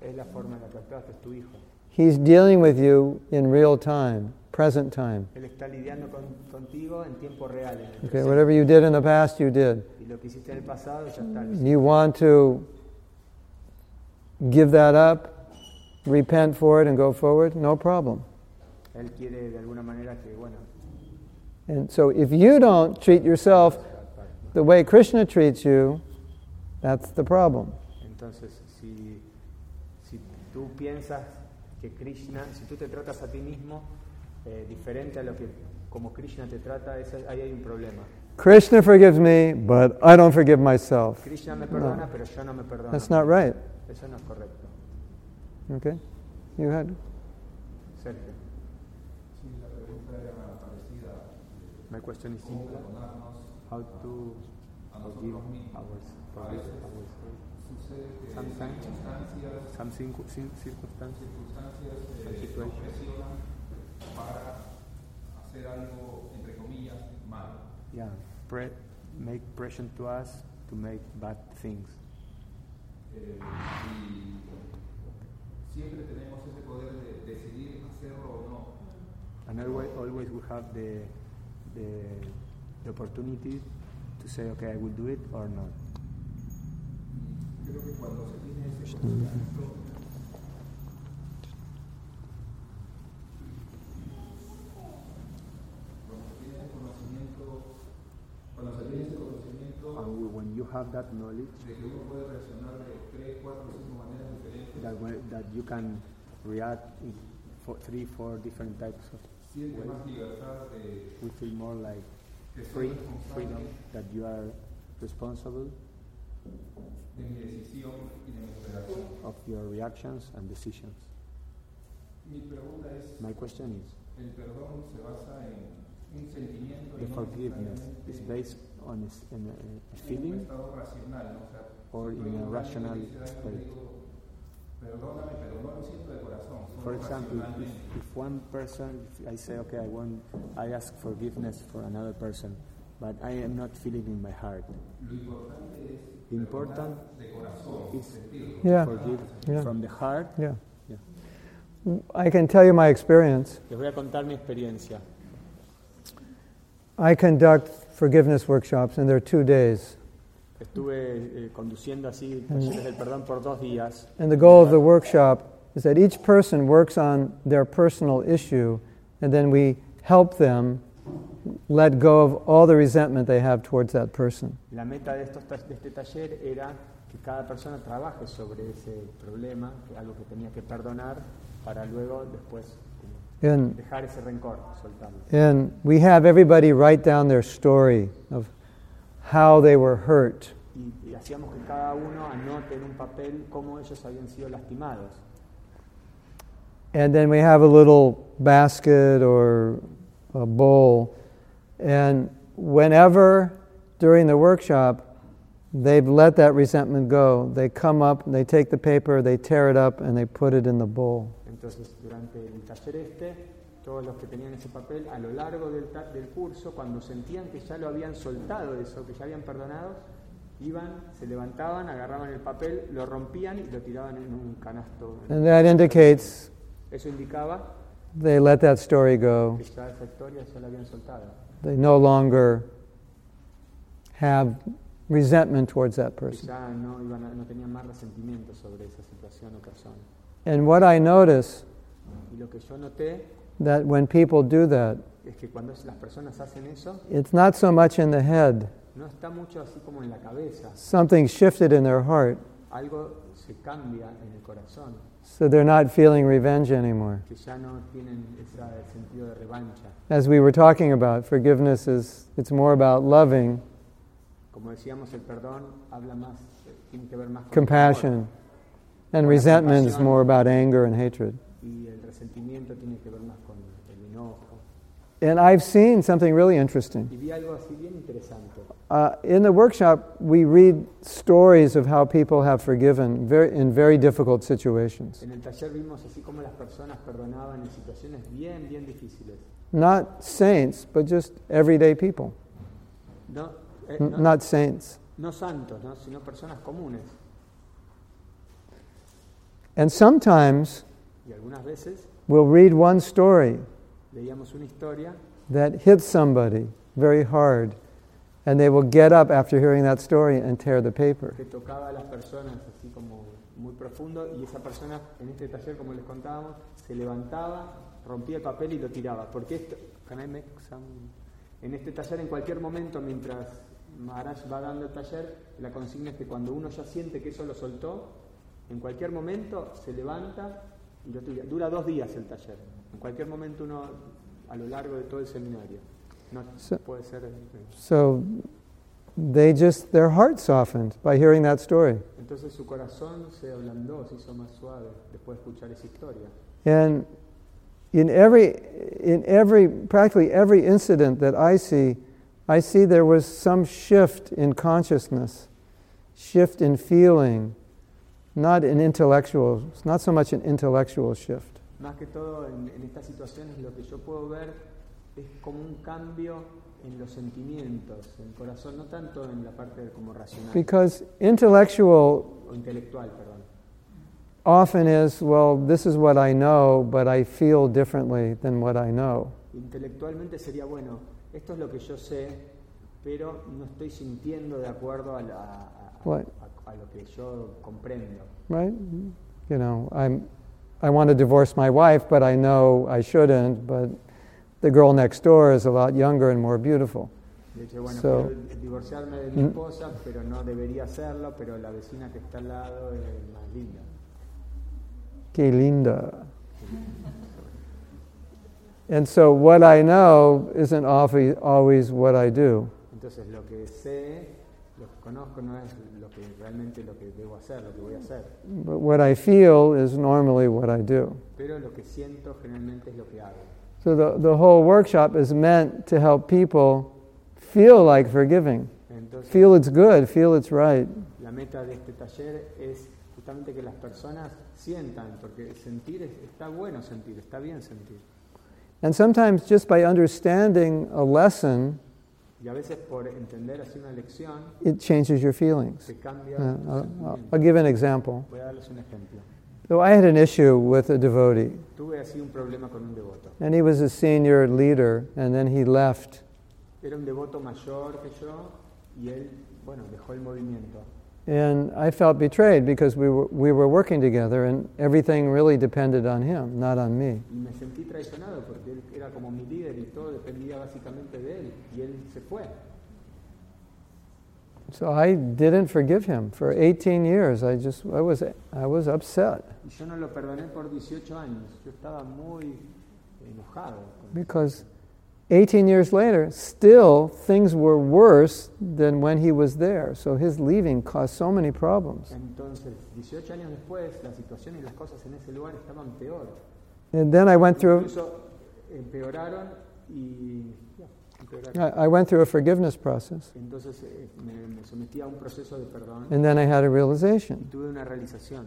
Speaker 2: es la forma en la que actuaste es tu hijo
Speaker 1: He's dealing with you in real time, present time.
Speaker 2: Él está lidiando con- contigo en tiempo real. en el
Speaker 1: Okay,
Speaker 2: presente.
Speaker 1: whatever you did in the past, you did.
Speaker 2: y lo que hiciste en el pasado ya está. listo.
Speaker 1: You want to give that up, repent for it, and go forward? No problem.
Speaker 2: Él quiere de alguna manera que, bueno,
Speaker 1: And so if you don't treat yourself the way Krishna treats you, that's the problem.
Speaker 2: entonces si, si tú piensas que Krishna, si tú te tratas a ti mismo eh, diferente a lo que como Krishna te trata, esa- ahí hay un problema.
Speaker 1: Krishna forgives me, but I don't forgive myself.
Speaker 2: Krishna me perdona, pero yo no me perdono.
Speaker 1: That's not right.
Speaker 2: Eso no es correcto.
Speaker 1: Okay? You had
Speaker 2: Sergio. My question is simple. How to forgive ours- forgive ourselves. Sometimes, some circu- cir- circumstances, some situations. Yeah, pre- make pressure to us to make bad things. And always, always we have the, the, the opportunity to say, okay, I will do it or not. And we- when you have that knowledge, that, way- that you can react in four, three, four different types of we feel more like free, freedom, that you are responsible of your reactions and decisions. My question is, the forgiveness is based on a, s- in a- a feeling or in a rational state. For example, if, if one person, if I say, okay, I want, I ask forgiveness for another person, but I am not feeling in my heart. The important is to
Speaker 1: Yeah.
Speaker 2: forgive
Speaker 1: Yeah.
Speaker 2: from the heart.
Speaker 1: Yeah.
Speaker 2: Yeah.
Speaker 1: I can tell you my experience.
Speaker 2: Les voy a contar mi experiencia.
Speaker 1: I conduct forgiveness workshops, and they're two days.
Speaker 2: Estuve eh, conduciendo así talleres del perdón por dos días
Speaker 1: And the goal of the workshop is that each person works on their personal issue, and then we help them let go of all the resentment they have towards that person.
Speaker 2: La meta de, estos ta- de este taller era que cada persona trabaje sobre ese problema, que algo que tenía que perdonar, para luego después como,
Speaker 1: And,
Speaker 2: dejar ese rencor, soltarlo.
Speaker 1: and we have everybody write down their story of how they were hurt.
Speaker 2: y, y hacíamos que cada uno anote en un papel cómo ellos habían sido lastimados.
Speaker 1: And then we have a little basket or a bowl. And whenever during the workshop they've let that resentment go, they come up, they take the paper, they tear it up, and they put it in the bowl.
Speaker 2: Entonces, durante el taller este, todos los que tenían ese papel, a lo largo del, ta- del curso, cuando sentían que ya lo habían soltado eso, que ya habían perdonado, iban, se levantaban, agarraban el papel, lo rompían y lo tiraban en un canasto.
Speaker 1: And that indicates
Speaker 2: Eso indicaba
Speaker 1: they let that story go.
Speaker 2: que ya esa historia ya la habían soltado.
Speaker 1: They no longer have resentment towards that
Speaker 2: Que
Speaker 1: person.
Speaker 2: ya no, iban a- no tenían más resentimiento sobre esa situación o persona.
Speaker 1: And what I notice
Speaker 2: Y lo que yo noté
Speaker 1: that when people do that,
Speaker 2: es que cuando las personas hacen eso,
Speaker 1: it's not so much in the head,
Speaker 2: no está mucho así como en la cabeza.
Speaker 1: something shifted in their heart.
Speaker 2: Algo se cambia en el corazón.
Speaker 1: So they're not feeling revenge anymore.
Speaker 2: que ya no tienen ese sentido de revancha.
Speaker 1: As we were talking about, forgiveness is it's more about loving,
Speaker 2: Como decíamos, el perdón habla más, eh, tiene que ver más con el amor.
Speaker 1: compassion, and resentment is more about anger and hatred.
Speaker 2: y el resentimiento tiene que ver más con el enojo.
Speaker 1: And I've seen something really interesting.
Speaker 2: Y vi algo así bien interesante.
Speaker 1: Uh, in the workshop, we read stories of how people have forgiven very, in very difficult situations.
Speaker 2: En el taller vimos así como las personas perdonaban en situaciones bien, bien difíciles.
Speaker 1: Not saints, but just everyday people.
Speaker 2: No, eh,
Speaker 1: N-
Speaker 2: no,
Speaker 1: not saints.
Speaker 2: no santos, ¿no? sino personas comunes.
Speaker 1: And sometimes
Speaker 2: Y algunas veces
Speaker 1: we'll read one story
Speaker 2: leíamos una historia
Speaker 1: that hits somebody very hard, and they will get up after hearing that story and tear the paper.
Speaker 2: que tocaba a las personas así como muy profundo y esa persona en este taller como les contábamos se levantaba rompía el papel y lo tiraba porque esto can I make some- en este taller en cualquier momento mientras Maharaj va dando el taller la consigna es que cuando uno ya siente que eso lo soltó en cualquier momento se levanta y lo tira dura dos días el taller en cualquier momento uno a lo largo de todo el seminario no
Speaker 1: So-
Speaker 2: puede ser eh,
Speaker 1: So they just, their heart softened by hearing that story.
Speaker 2: Entonces su corazón se ablandó, se hizo más suave después de escuchar esa historia.
Speaker 1: And in every, in every, practically every incident that I see, I see there was some shift in consciousness, shift in feeling, not an intellectual, it's not so much an intellectual shift.
Speaker 2: Más que todo en, en estas situaciones lo que yo puedo ver es como un cambio en los sentimientos, en el corazón, no tanto en la parte como racional
Speaker 1: Because intellectual
Speaker 2: o intelectual, perdón.
Speaker 1: often is, well, this is what I know, but I feel differently than what I know.
Speaker 2: Intelectualmente sería, bueno, esto es lo que yo sé, pero no estoy sintiendo de acuerdo a, la- a- a-
Speaker 1: Bueno.
Speaker 2: a- a lo que yo comprendo.
Speaker 1: right? You know, I'm, I want to divorce my wife, but I know I shouldn't, but the girl next door is a lot younger and more beautiful.
Speaker 2: De hecho, bueno,
Speaker 1: So-
Speaker 2: quiero divorciarme de mi
Speaker 1: Mm.
Speaker 2: esposa, pero no debería hacerlo, pero la vecina que está al lado es más linda.
Speaker 1: Que linda. And so, what I know isn't alfe- always what I do.
Speaker 2: Entonces, lo que sé, lo que conozco, no es lo que realmente lo que debo hacer, lo que voy a hacer.
Speaker 1: But what I feel is normally what I do.
Speaker 2: Pero lo que siento generalmente es lo que hago.
Speaker 1: So, the, the whole workshop is meant to help people feel like forgiving,
Speaker 2: Entonces,
Speaker 1: feel it's good, feel it's right.
Speaker 2: la meta de este taller es justamente que las personas sientan, porque sentir es- está bueno sentir, está bien sentir.
Speaker 1: And sometimes, just by understanding a lesson,
Speaker 2: Y a veces por entender así una lección,
Speaker 1: it changes your feelings.
Speaker 2: se cambia.
Speaker 1: Uh,
Speaker 2: tu
Speaker 1: I'll, I'll-
Speaker 2: sentimiento.
Speaker 1: I'll give an example.
Speaker 2: Voy a darles un ejemplo.
Speaker 1: So I had an issue with a devotee,
Speaker 2: Tuve así un problema con un devoto.
Speaker 1: and he was a senior leader, and then he left.
Speaker 2: Era un devoto mayor que yo y él, bueno, dejó el movimiento.
Speaker 1: And I felt betrayed because we were, we were working together, and everything really depended on him, not on me.
Speaker 2: Y me sentí traicionado porque él era como mi líder y todo dependía básicamente de él. Y él se fue.
Speaker 1: So I didn't forgive him for 18 years. I just I was I was upset
Speaker 2: Y yo no lo perdoné por 18 años. Yo estaba muy enojado. con-
Speaker 1: because 18 years later, still things were worse than when he was there. So his leaving caused so many problems.
Speaker 2: Entonces, 18 años después, la situación y las cosas en ese lugar estaban peor.
Speaker 1: And then I went through,
Speaker 2: Incluso empeoraron y... ya, empeoraron.
Speaker 1: I I went through a forgiveness process.
Speaker 2: Entonces eh, me, me sometí a un proceso de perdón
Speaker 1: And then I had a
Speaker 2: y
Speaker 1: realization
Speaker 2: tuve una realización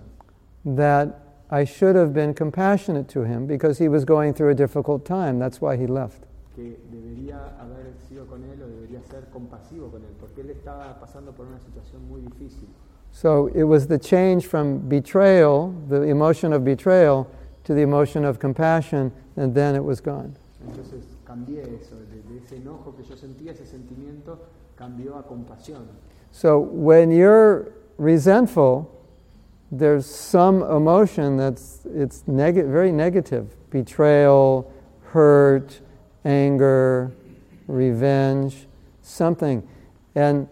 Speaker 1: that I should have been compassionate to him because he was going through a difficult time. That's why he left.
Speaker 2: que debería haber sido con él o debería ser compasivo con él, porque él estaba pasando por una situación muy difícil.
Speaker 1: So it was the change from betrayal, the emotion of betrayal, to the emotion of compassion, and then it was gone.
Speaker 2: Entonces cambié eso, de, de ese enojo que yo sentía, ese sentimiento cambió a compasión.
Speaker 1: So when you're resentful, there's some emotion that's it's neg- very negative betrayal, hurt, anger, revenge, something. And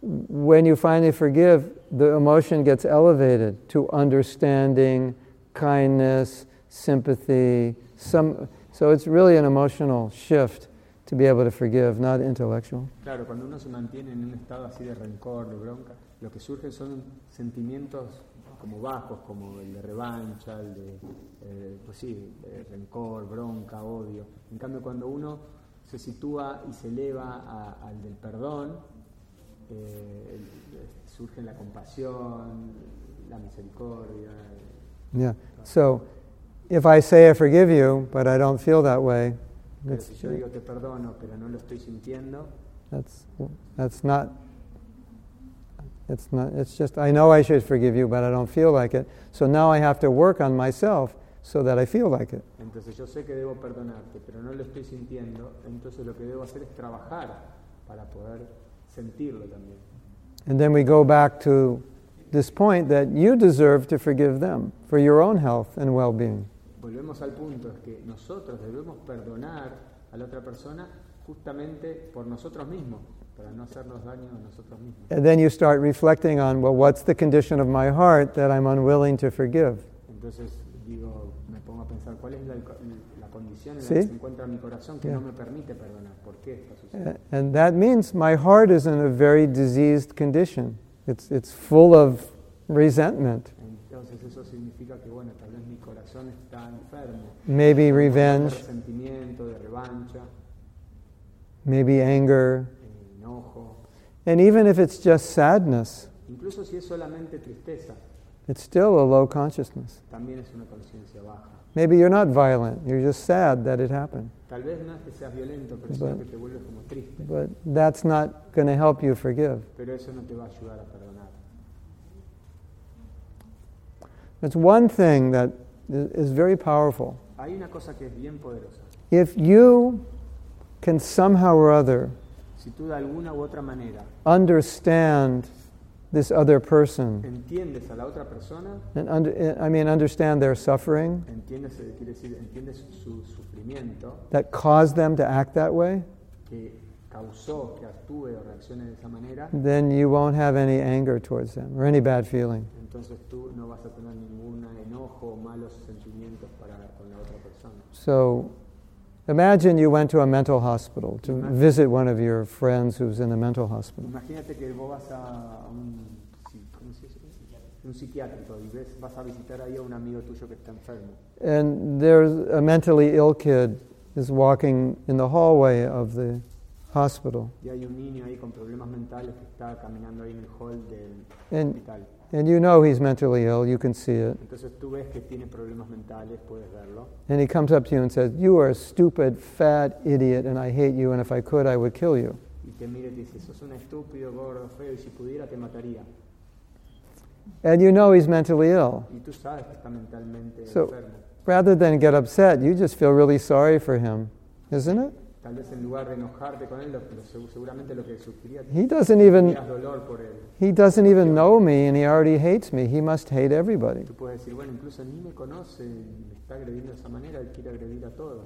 Speaker 1: when you finally forgive, the emotion gets elevated to understanding, kindness, sympathy. Some, so it's really an emotional shift to be able to forgive, not intellectual.
Speaker 2: Claro, cuando uno se mantiene en un estado así de rencor, de bronca, lo que surgen son sentimientos como bajos, como el de revancha, el de, eh, pues sí, eh, rencor, bronca, odio. En cambio, cuando uno se sitúa y se eleva a- al del perdón, eh, el- eh, surge la compasión, la misericordia. eh,
Speaker 1: Yeah. So if I say I forgive you, but I don't feel that way,
Speaker 2: Pero
Speaker 1: that's,
Speaker 2: si yo digo te perdono, pero no lo estoy sintiendo,
Speaker 1: that's, that's not. It's not. It's just I know I should forgive you, but I don't feel like it. So now I have to work on myself so that I feel like it.
Speaker 2: Entonces yo sé que debo perdonarte, pero no lo estoy sintiendo, entonces lo que debo hacer es trabajar para poder sentirlo también.
Speaker 1: And then we go back to this point that you deserve to forgive them for your own health and well-being.
Speaker 2: Volvemos al punto, es que nosotros debemos perdonar a la otra persona justamente por nosotros mismos, para no hacernos daño a nosotros mismos.
Speaker 1: And then you start reflecting on, well, what's the condition of my heart that I'm unwilling to forgive?
Speaker 2: Entonces digo, me pongo a pensar cuál es la, la condición en la
Speaker 1: Sí.
Speaker 2: que se encuentra mi corazón que
Speaker 1: Ya.
Speaker 2: no me permite perdonar, por qué está sucediendo.
Speaker 1: A- And that means my heart is in a very diseased condition. It's, it's full of resentment,
Speaker 2: Entonces eso significa que bueno, tal vez mi corazón está enfermo,
Speaker 1: maybe
Speaker 2: de
Speaker 1: revenge,
Speaker 2: resentimiento, de revancha.
Speaker 1: maybe anger,
Speaker 2: en enojo,
Speaker 1: and even if it's just sadness,
Speaker 2: incluso si es solamente tristeza,
Speaker 1: it's still a low consciousness.
Speaker 2: también es una conciencia baja.
Speaker 1: Maybe you're not violent, you're just sad that it happened.
Speaker 2: Tal vez no es que seas violento, pero sino
Speaker 1: Bueno.
Speaker 2: que te vuelves como triste,
Speaker 1: But that's not going to help you forgive.
Speaker 2: pero eso no te va a ayudar a perdonar.
Speaker 1: It's one thing that i- is very powerful.
Speaker 2: Hay una cosa que es bien poderosa.
Speaker 1: If you can somehow or other
Speaker 2: Si tú de alguna u otra manera
Speaker 1: understand this other person,
Speaker 2: entiendes a la otra persona,
Speaker 1: And under, I mean, understand their suffering
Speaker 2: entiendes, eh, quiere decir, entiendes su sufrimiento
Speaker 1: that caused them to act that way,
Speaker 2: que causó que actúe o reaccione de esa manera,
Speaker 1: then you won't have any anger towards them or any bad feeling.
Speaker 2: entonces tú no vas a tener ningún enojo o malos sentimientos para con la otra persona.
Speaker 1: So imagine you went to a mental hospital to
Speaker 2: Mhm.
Speaker 1: visit one of your friends who's in a mental hospital.
Speaker 2: Imagínate que vos vas a un, psi- ¿cómo se dice? un psiquiátrico y ves, vas a visitar ahí a un amigo tuyo que está enfermo.
Speaker 1: And there's a mentally ill kid is walking in the hallway of the hospital.
Speaker 2: Y hay un niño ahí con problemas mentales que está caminando ahí en el hall del
Speaker 1: And,
Speaker 2: hospital.
Speaker 1: and you know he's mentally ill, you can see it.
Speaker 2: Entonces tú ves que tiene problemas mentales, puedes verlo.
Speaker 1: And he comes up to you and says, You are a stupid, fat idiot, and I hate you, and if I could, I would kill you.
Speaker 2: Y te mira y te dice, sos un estúpido, gordo, feo, y si pudiera te mataría.
Speaker 1: And you know he's mentally ill.
Speaker 2: Y tú sabes que está mentalmente
Speaker 1: So-
Speaker 2: enfermo.
Speaker 1: Rather than get upset, you just feel really sorry for him, isn't it?
Speaker 2: Tal vez en lugar de enojarte con él, lo- lo- seg- seguramente lo que sufriría
Speaker 1: He doesn't even
Speaker 2: tendrías dolor por él.
Speaker 1: he doesn't even know me and he already hates me. He must hate everybody.
Speaker 2: Tú puedes decir, bueno, incluso ni me conoce, me está agrediendo de esa manera, él quiere agredir a todos.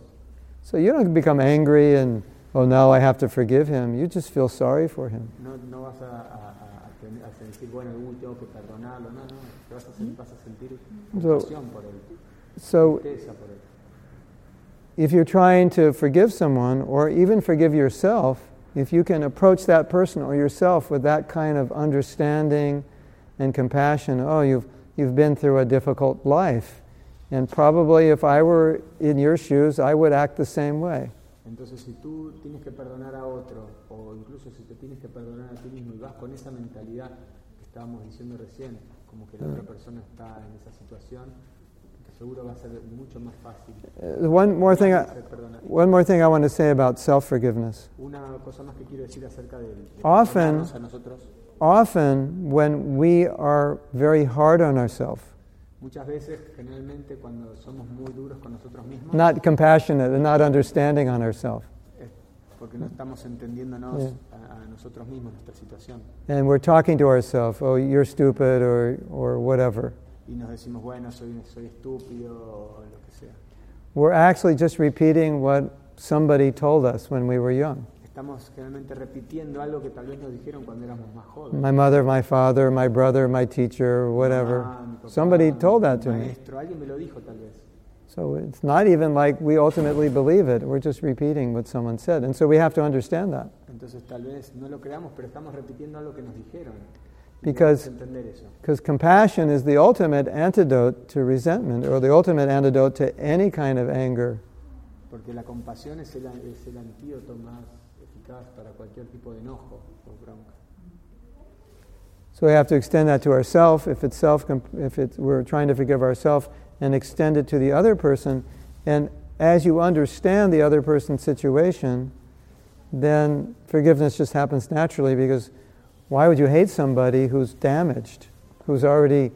Speaker 1: So you don't become angry and oh now I have to forgive him. You just feel sorry for him.
Speaker 2: No, no vas a, a- a- a tener- a decir, bueno, uy, tengo que perdonarlo, no, no, te vas a, sen- vas a sentir
Speaker 1: So
Speaker 2: pasión por él,
Speaker 1: so
Speaker 2: tristeza por él.
Speaker 1: if you're trying to forgive someone or even forgive yourself, if you can approach that person or yourself with that kind of understanding and compassion, oh, you've, you've been through a difficult life. And probably if I were in your shoes, I would act the same way.
Speaker 2: Entonces, si tú tienes que perdonar a otro, o incluso si te tienes que perdonar a ti mismo y vas con esa mentalidad que estábamos diciendo recién, como que la otra persona está en esa situación, que seguro va a ser mucho más fácil
Speaker 1: Uh, One more thing, I,
Speaker 2: ser perdonar.
Speaker 1: one more thing I want to say about self forgiveness.
Speaker 2: Una cosa más que quiero decir acerca del de
Speaker 1: Often-
Speaker 2: perdonarnos a nosotros,
Speaker 1: Often, when we are very hard on ourselves,
Speaker 2: muchas veces, generalmente, cuando somos muy duros con nosotros mismos,
Speaker 1: not compassionate and not understanding on ourselves,
Speaker 2: es porque no estamos entendiéndonos a, a nosotros mismos, nuestra situación,
Speaker 1: and we're talking to ourselves, oh, you're stupid or, or whatever,
Speaker 2: y nos decimos, bueno, soy, soy estúpido, o lo que sea.
Speaker 1: we're actually just repeating what somebody told us when we were young.
Speaker 2: Estamos generalmente repitiendo algo que tal vez nos dijeron cuando éramos más jóvenes.
Speaker 1: My mother, my father, my brother, my teacher,
Speaker 2: Ah, mi
Speaker 1: whatever.
Speaker 2: papá,
Speaker 1: Somebody
Speaker 2: mi
Speaker 1: told that to me.
Speaker 2: maestro, alguien me lo dijo tal vez.
Speaker 1: So it's not even like we ultimately believe it, we're just repeating what someone said. And so we have to understand that.
Speaker 2: Entonces tal vez no lo creamos, pero estamos repitiendo algo que nos dijeron. Y
Speaker 1: Because-
Speaker 2: debemos entender eso.
Speaker 1: Because compassion is the ultimate antidote to resentment, or the ultimate antidote to any kind of anger.
Speaker 2: Porque la compasión es el, es el antídoto más eficaz para cualquier tipo de enojo o bronca.
Speaker 1: So we have to extend that to ourselves if it's self, if it's, we're trying to forgive ourselves, and extend it to the other person. And as you understand the other person's situation, then forgiveness just happens naturally. Because why would you hate somebody who's damaged, who's already,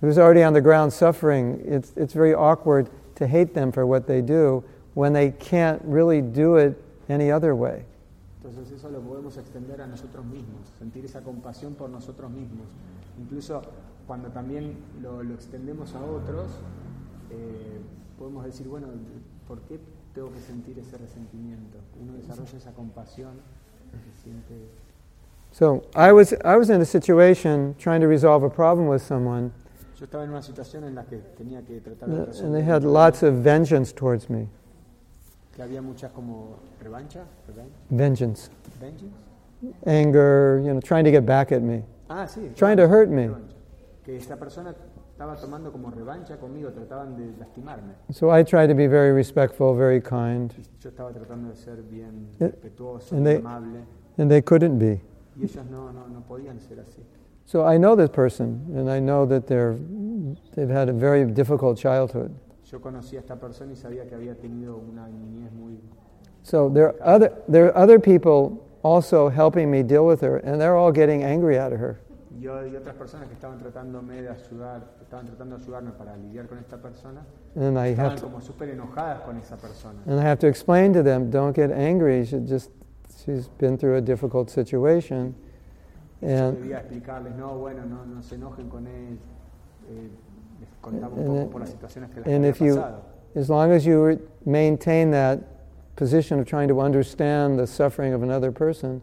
Speaker 1: who's already on the ground suffering? It's it's very awkward to hate them for what they do when they can't really do it any other way.
Speaker 2: Entonces eso lo podemos extender a nosotros mismos, sentir esa compasión por nosotros mismos. Incluso cuando también lo, lo extendemos a otros, eh, podemos decir, bueno, ¿por qué tengo que sentir ese resentimiento? Uno desarrolla esa compasión que siente...
Speaker 1: So I was, I was in a situation trying to resolve a problem with someone,
Speaker 2: Yo estaba en una situación en la que tenía que tratar de
Speaker 1: and they
Speaker 2: resolver,
Speaker 1: had lots of vengeance towards me.
Speaker 2: que había muchas como revancha, revan-
Speaker 1: Vengeance,
Speaker 2: vengeance.
Speaker 1: anger, you know, trying to get back at me.
Speaker 2: Ah, sí.
Speaker 1: Trying to hurt me.
Speaker 2: revancha. Que esta persona estaba tomando como revancha conmigo, trataban de lastimarme.
Speaker 1: So I tried to be very respectful, very kind,
Speaker 2: Y Yo estaba tratando de ser bien
Speaker 1: Eh,
Speaker 2: respetuoso,
Speaker 1: and they-
Speaker 2: amable,
Speaker 1: and they couldn't be.
Speaker 2: y ellos no, no, no podían ser así.
Speaker 1: So I know this person, and I know that they're, they've had a very difficult childhood.
Speaker 2: Yo conocí a esta persona y sabía que había tenido una niñez muy...
Speaker 1: So there are other, there are other people also helping me deal with her, and they're all getting angry at her.
Speaker 2: Yo y otras personas que estaban tratándome de ayudar, que estaban tratando de ayudarme para lidiar con esta persona,
Speaker 1: And I have
Speaker 2: estaban
Speaker 1: to
Speaker 2: como súper enojadas con esa persona.
Speaker 1: And I have to explain to them, don't get angry. She just, she's been through a difficult situation.
Speaker 2: Yo
Speaker 1: And,
Speaker 2: debía explicarles, no, bueno, no, no se enojen con él. Eh, les contaba un
Speaker 1: And
Speaker 2: poco
Speaker 1: it-
Speaker 2: por las situaciones que les
Speaker 1: and
Speaker 2: había
Speaker 1: if you,
Speaker 2: pasado.
Speaker 1: as long as you re- maintain that position of trying to understand the suffering of another person,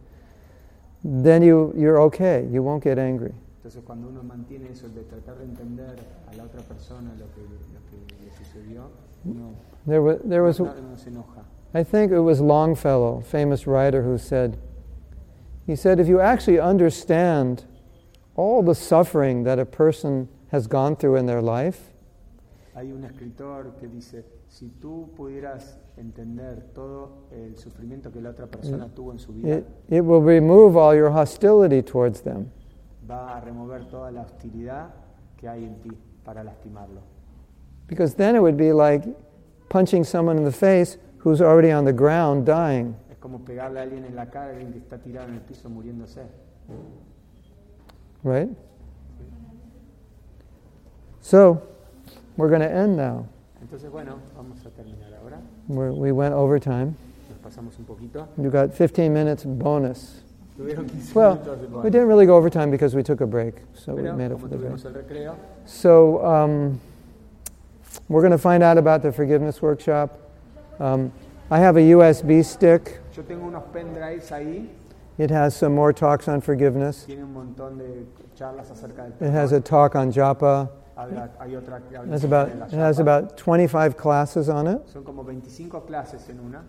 Speaker 1: then you, you're okay. You won't get angry.
Speaker 2: Entonces cuando uno mantiene eso de tratar de entender a la otra persona lo que, lo que le sucedió, uno
Speaker 1: There was, there was,
Speaker 2: no, no se enoja.
Speaker 1: I think it was Longfellow, famous writer, who said, he said, if you actually understand all the suffering that a person has gone through in their life,
Speaker 2: Hay un escritor que dice, si tú pudieras entender todo el sufrimiento que la otra
Speaker 1: Eh,
Speaker 2: persona tuvo en su vida,
Speaker 1: It, it will remove all your hostility towards them.
Speaker 2: va a remover toda la hostilidad que hay en ti para lastimarlo.
Speaker 1: Because then it would be like punching someone in the face who's already on the ground dying.
Speaker 2: Es como pegarle a alguien en la cara, a alguien que está tirado en el piso muriéndose.
Speaker 1: Right? So, we're going to end now.
Speaker 2: Entonces, bueno, vamos a terminar ahora.
Speaker 1: We're, we went overtime.
Speaker 2: Nos pasamos un poquito.
Speaker 1: You got 15 minutes bonus.
Speaker 2: Tuvieron 15
Speaker 1: Well,
Speaker 2: minutos de
Speaker 1: we didn't really go overtime because we took a break, so we
Speaker 2: Pero
Speaker 1: made up for
Speaker 2: como
Speaker 1: the
Speaker 2: (laughs)
Speaker 1: break.
Speaker 2: tuvimos el recreo,
Speaker 1: So um, we're going to find out about the forgiveness workshop. Um, I have a USB stick.
Speaker 2: yo tengo unos pendrives ahí,
Speaker 1: It has some more talks on forgiveness.
Speaker 2: tiene un montón de charlas acerca del
Speaker 1: It has a talk on japa.
Speaker 2: habla- hay otra que habla
Speaker 1: It has
Speaker 2: sobre
Speaker 1: about,
Speaker 2: la
Speaker 1: it has
Speaker 2: yapa.
Speaker 1: about 25 classes on it.
Speaker 2: Son como 25 clases en una,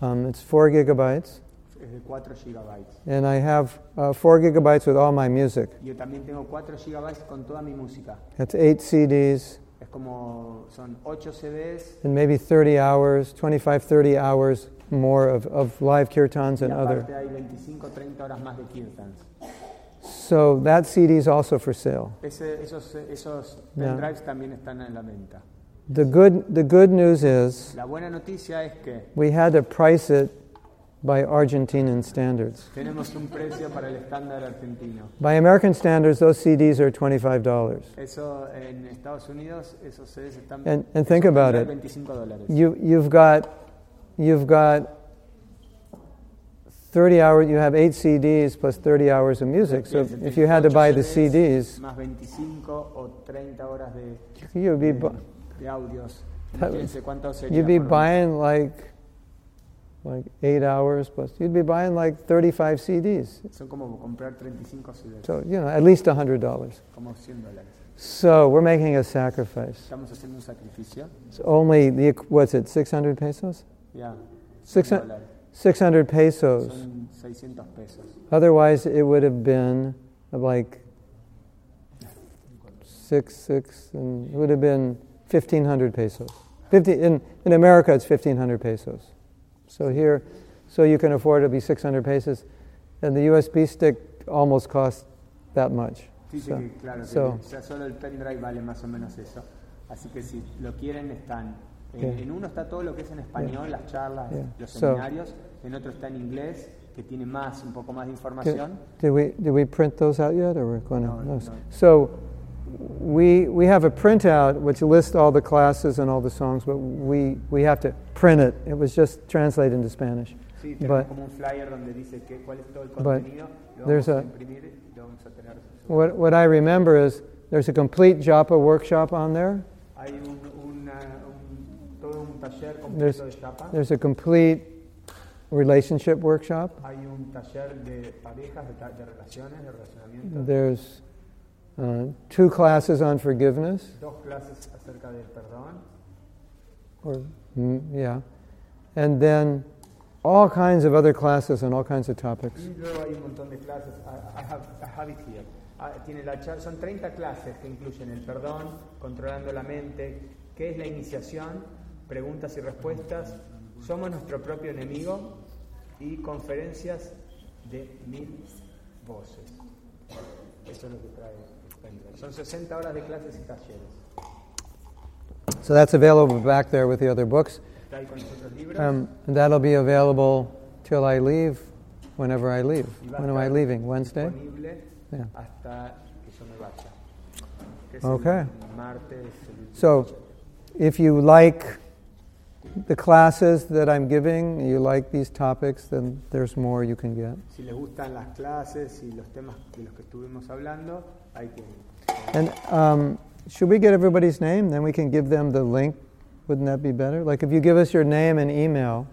Speaker 1: Um, it's four gigabytes.
Speaker 2: es de 4 gigabytes.
Speaker 1: And I have uh, four gigabytes with all my music.
Speaker 2: Yo también tengo 4 gigabytes con toda mi música.
Speaker 1: That's eight CDs
Speaker 2: Es como, son 8 CDs
Speaker 1: and maybe 30 hours, 25, 30 hours more of, of live kirtans
Speaker 2: y
Speaker 1: and
Speaker 2: aparte
Speaker 1: other.
Speaker 2: hay 25 30 horas más de kirtans.
Speaker 1: So that CD is also for sale.
Speaker 2: Ese- esos esos
Speaker 1: Ya.
Speaker 2: pendrives también están en la venta.
Speaker 1: The good, the good news is
Speaker 2: La buena noticia es que
Speaker 1: we had to price it by Argentinian standards.
Speaker 2: tenemos un precio para el estándar argentino.
Speaker 1: By American standards, those CDs are $25.
Speaker 2: Eso en Estados Unidos, esos CDs están
Speaker 1: And- and think
Speaker 2: esos
Speaker 1: about
Speaker 2: pendrive
Speaker 1: it.
Speaker 2: 25 dólares.
Speaker 1: You, you've got, you've got 30 hours, you have eight CDs plus 30 hours of music. So
Speaker 2: Piensen,
Speaker 1: if you had to buy the
Speaker 2: 28 CDs,
Speaker 1: CDs,
Speaker 2: Más 25 o 30 horas de,
Speaker 1: you'd be, bu-
Speaker 2: de audios.
Speaker 1: That-
Speaker 2: Fíjense cuánto sería.
Speaker 1: you'd be
Speaker 2: por-
Speaker 1: buying like, like eight hours plus, you'd be buying like 35 CDs.
Speaker 2: Son como comprar 35 CDs,
Speaker 1: So, you know, at least $100.
Speaker 2: como 100 dólares.
Speaker 1: So we're making a sacrifice.
Speaker 2: Estamos haciendo un sacrificio.
Speaker 1: It's only, the, equ- what's it, 600 pesos?
Speaker 2: Ya. 100
Speaker 1: 600,
Speaker 2: dólares.
Speaker 1: 600 pesos.
Speaker 2: Son 600 pesos.
Speaker 1: Otherwise, it would have been like six, six, and it would have been 1,500 pesos. 50, in, in America, it's 1,500 pesos. So here, so you can afford it'll be 600 pesos. And the USB stick almost costs that much.
Speaker 2: Dice
Speaker 1: So-
Speaker 2: que, claro, que
Speaker 1: so-
Speaker 2: ya solo el pendrive vale más o menos eso. Así que si lo quieren, están. En,
Speaker 1: Yeah.
Speaker 2: en uno está todo lo que es en español, las charlas,
Speaker 1: Yeah.
Speaker 2: los
Speaker 1: So-
Speaker 2: seminarios. En otro está en inglés, que tiene más, un poco más de
Speaker 1: Did,
Speaker 2: información.
Speaker 1: did we, did we print those out yet, or we're going to?
Speaker 2: No, no.
Speaker 1: So we, we have a printout which lists all the classes and all the songs, but we, we have to print it. It was just translated into Spanish.
Speaker 2: Sí, tenemos
Speaker 1: But-
Speaker 2: como un flyer donde dice que, cuál es todo el
Speaker 1: But
Speaker 2: contenido. Lo vamos
Speaker 1: there's
Speaker 2: a,
Speaker 1: a-
Speaker 2: imprimir y lo vamos a tener.
Speaker 1: What, what I remember is there's a complete Japa workshop on there.
Speaker 2: Hay un, una- un- todo un taller
Speaker 1: There's,
Speaker 2: completo de chapa.
Speaker 1: there's a complete relationship workshop.
Speaker 2: Hay un taller de parejas, de, ta- de relaciones, de relacionamiento.
Speaker 1: There's uh, two classes on forgiveness,
Speaker 2: Dos clases acerca del perdón.
Speaker 1: or mm, yeah, and then all kinds of other classes on all kinds of topics.
Speaker 2: Y luego hay un montón de clases. I, I have, I have it here. Ah, tiene la char- son 30 clases que incluyen el perdón, controlando la mente, qué es la iniciación, preguntas y respuestas, somos nuestro propio enemigo y conferencias de mil voces. Eso es lo que trae. el pendrive. Son 60 horas de clases y talleres.
Speaker 1: So that's available back there with the other books.
Speaker 2: Está ahí con los otros libros.
Speaker 1: Um, and that'll be available till I leave, whenever I leave.
Speaker 2: y va a
Speaker 1: When am I
Speaker 2: estar
Speaker 1: leaving? Wednesday?
Speaker 2: Disponible
Speaker 1: Yeah.
Speaker 2: hasta que yo me vaya. Que es
Speaker 1: Okay.
Speaker 2: el martes. el-
Speaker 1: So, if you like the classes that I'm giving, you like these topics, then there's more you can get.
Speaker 2: Si les gustan las clases y los temas de los que estuvimos hablando, hay que.
Speaker 1: And um, should we get everybody's name? Then we can give them the link. Wouldn't that be better? Like, if you give us your name and email,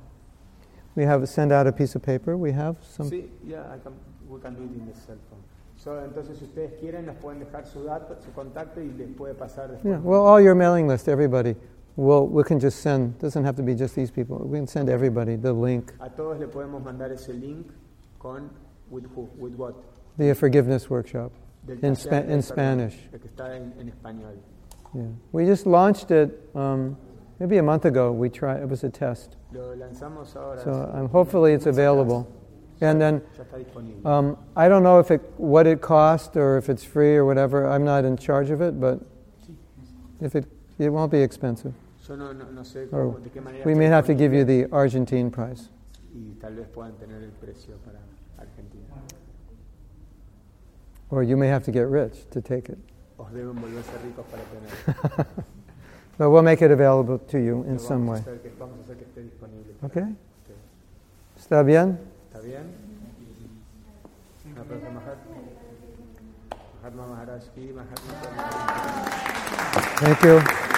Speaker 1: we have send out a piece of paper. We have some.
Speaker 2: Sí, yeah, I can, we can do it in the cell phone. So, entonces, si ustedes quieren, nos pueden dejar su dato, su contacto y les puede pasar después.
Speaker 1: Yeah, well, all your mailing list, everybody. Well, we can just send. Doesn't have to be just these people. We can send everybody the link,
Speaker 2: A todos le podemos mandar ese link con with who, with what.
Speaker 1: the forgiveness workshop.
Speaker 2: Del
Speaker 1: In
Speaker 2: taller
Speaker 1: Spa-
Speaker 2: del
Speaker 1: in
Speaker 2: perdón,
Speaker 1: Spanish.
Speaker 2: el que está en, en español.
Speaker 1: Yeah. We just launched it um, maybe a month ago. We tried. It was a test.
Speaker 2: Lo lanzamos ahora.
Speaker 1: So um, hopefully it's available. And then
Speaker 2: Ya está disponible.
Speaker 1: um, I don't know if it, what it cost or if it's free or whatever. I'm not in charge of it, but if it it won't be expensive.
Speaker 2: Yo no, no, no sé
Speaker 1: Or
Speaker 2: cómo, de qué manera.
Speaker 1: we
Speaker 2: está
Speaker 1: may have to give you
Speaker 2: disponible
Speaker 1: the Argentine price.
Speaker 2: Y tal vez puedan tener el precio para Argentina.
Speaker 1: Or you may have to get rich to take it.
Speaker 2: Os deben volverse ricos para tener.
Speaker 1: But we'll make it available to you in
Speaker 2: Lo
Speaker 1: some
Speaker 2: vamos
Speaker 1: way.
Speaker 2: a hacer que- vamos a hacer que esté disponible.
Speaker 1: Okay?
Speaker 2: Ok.
Speaker 1: ¿Está bien?
Speaker 2: ¿Está bien? Un aplauso a Mahatma. Mahatma Maharaj ki, Mahatma Maharaj ki.
Speaker 1: Thank you.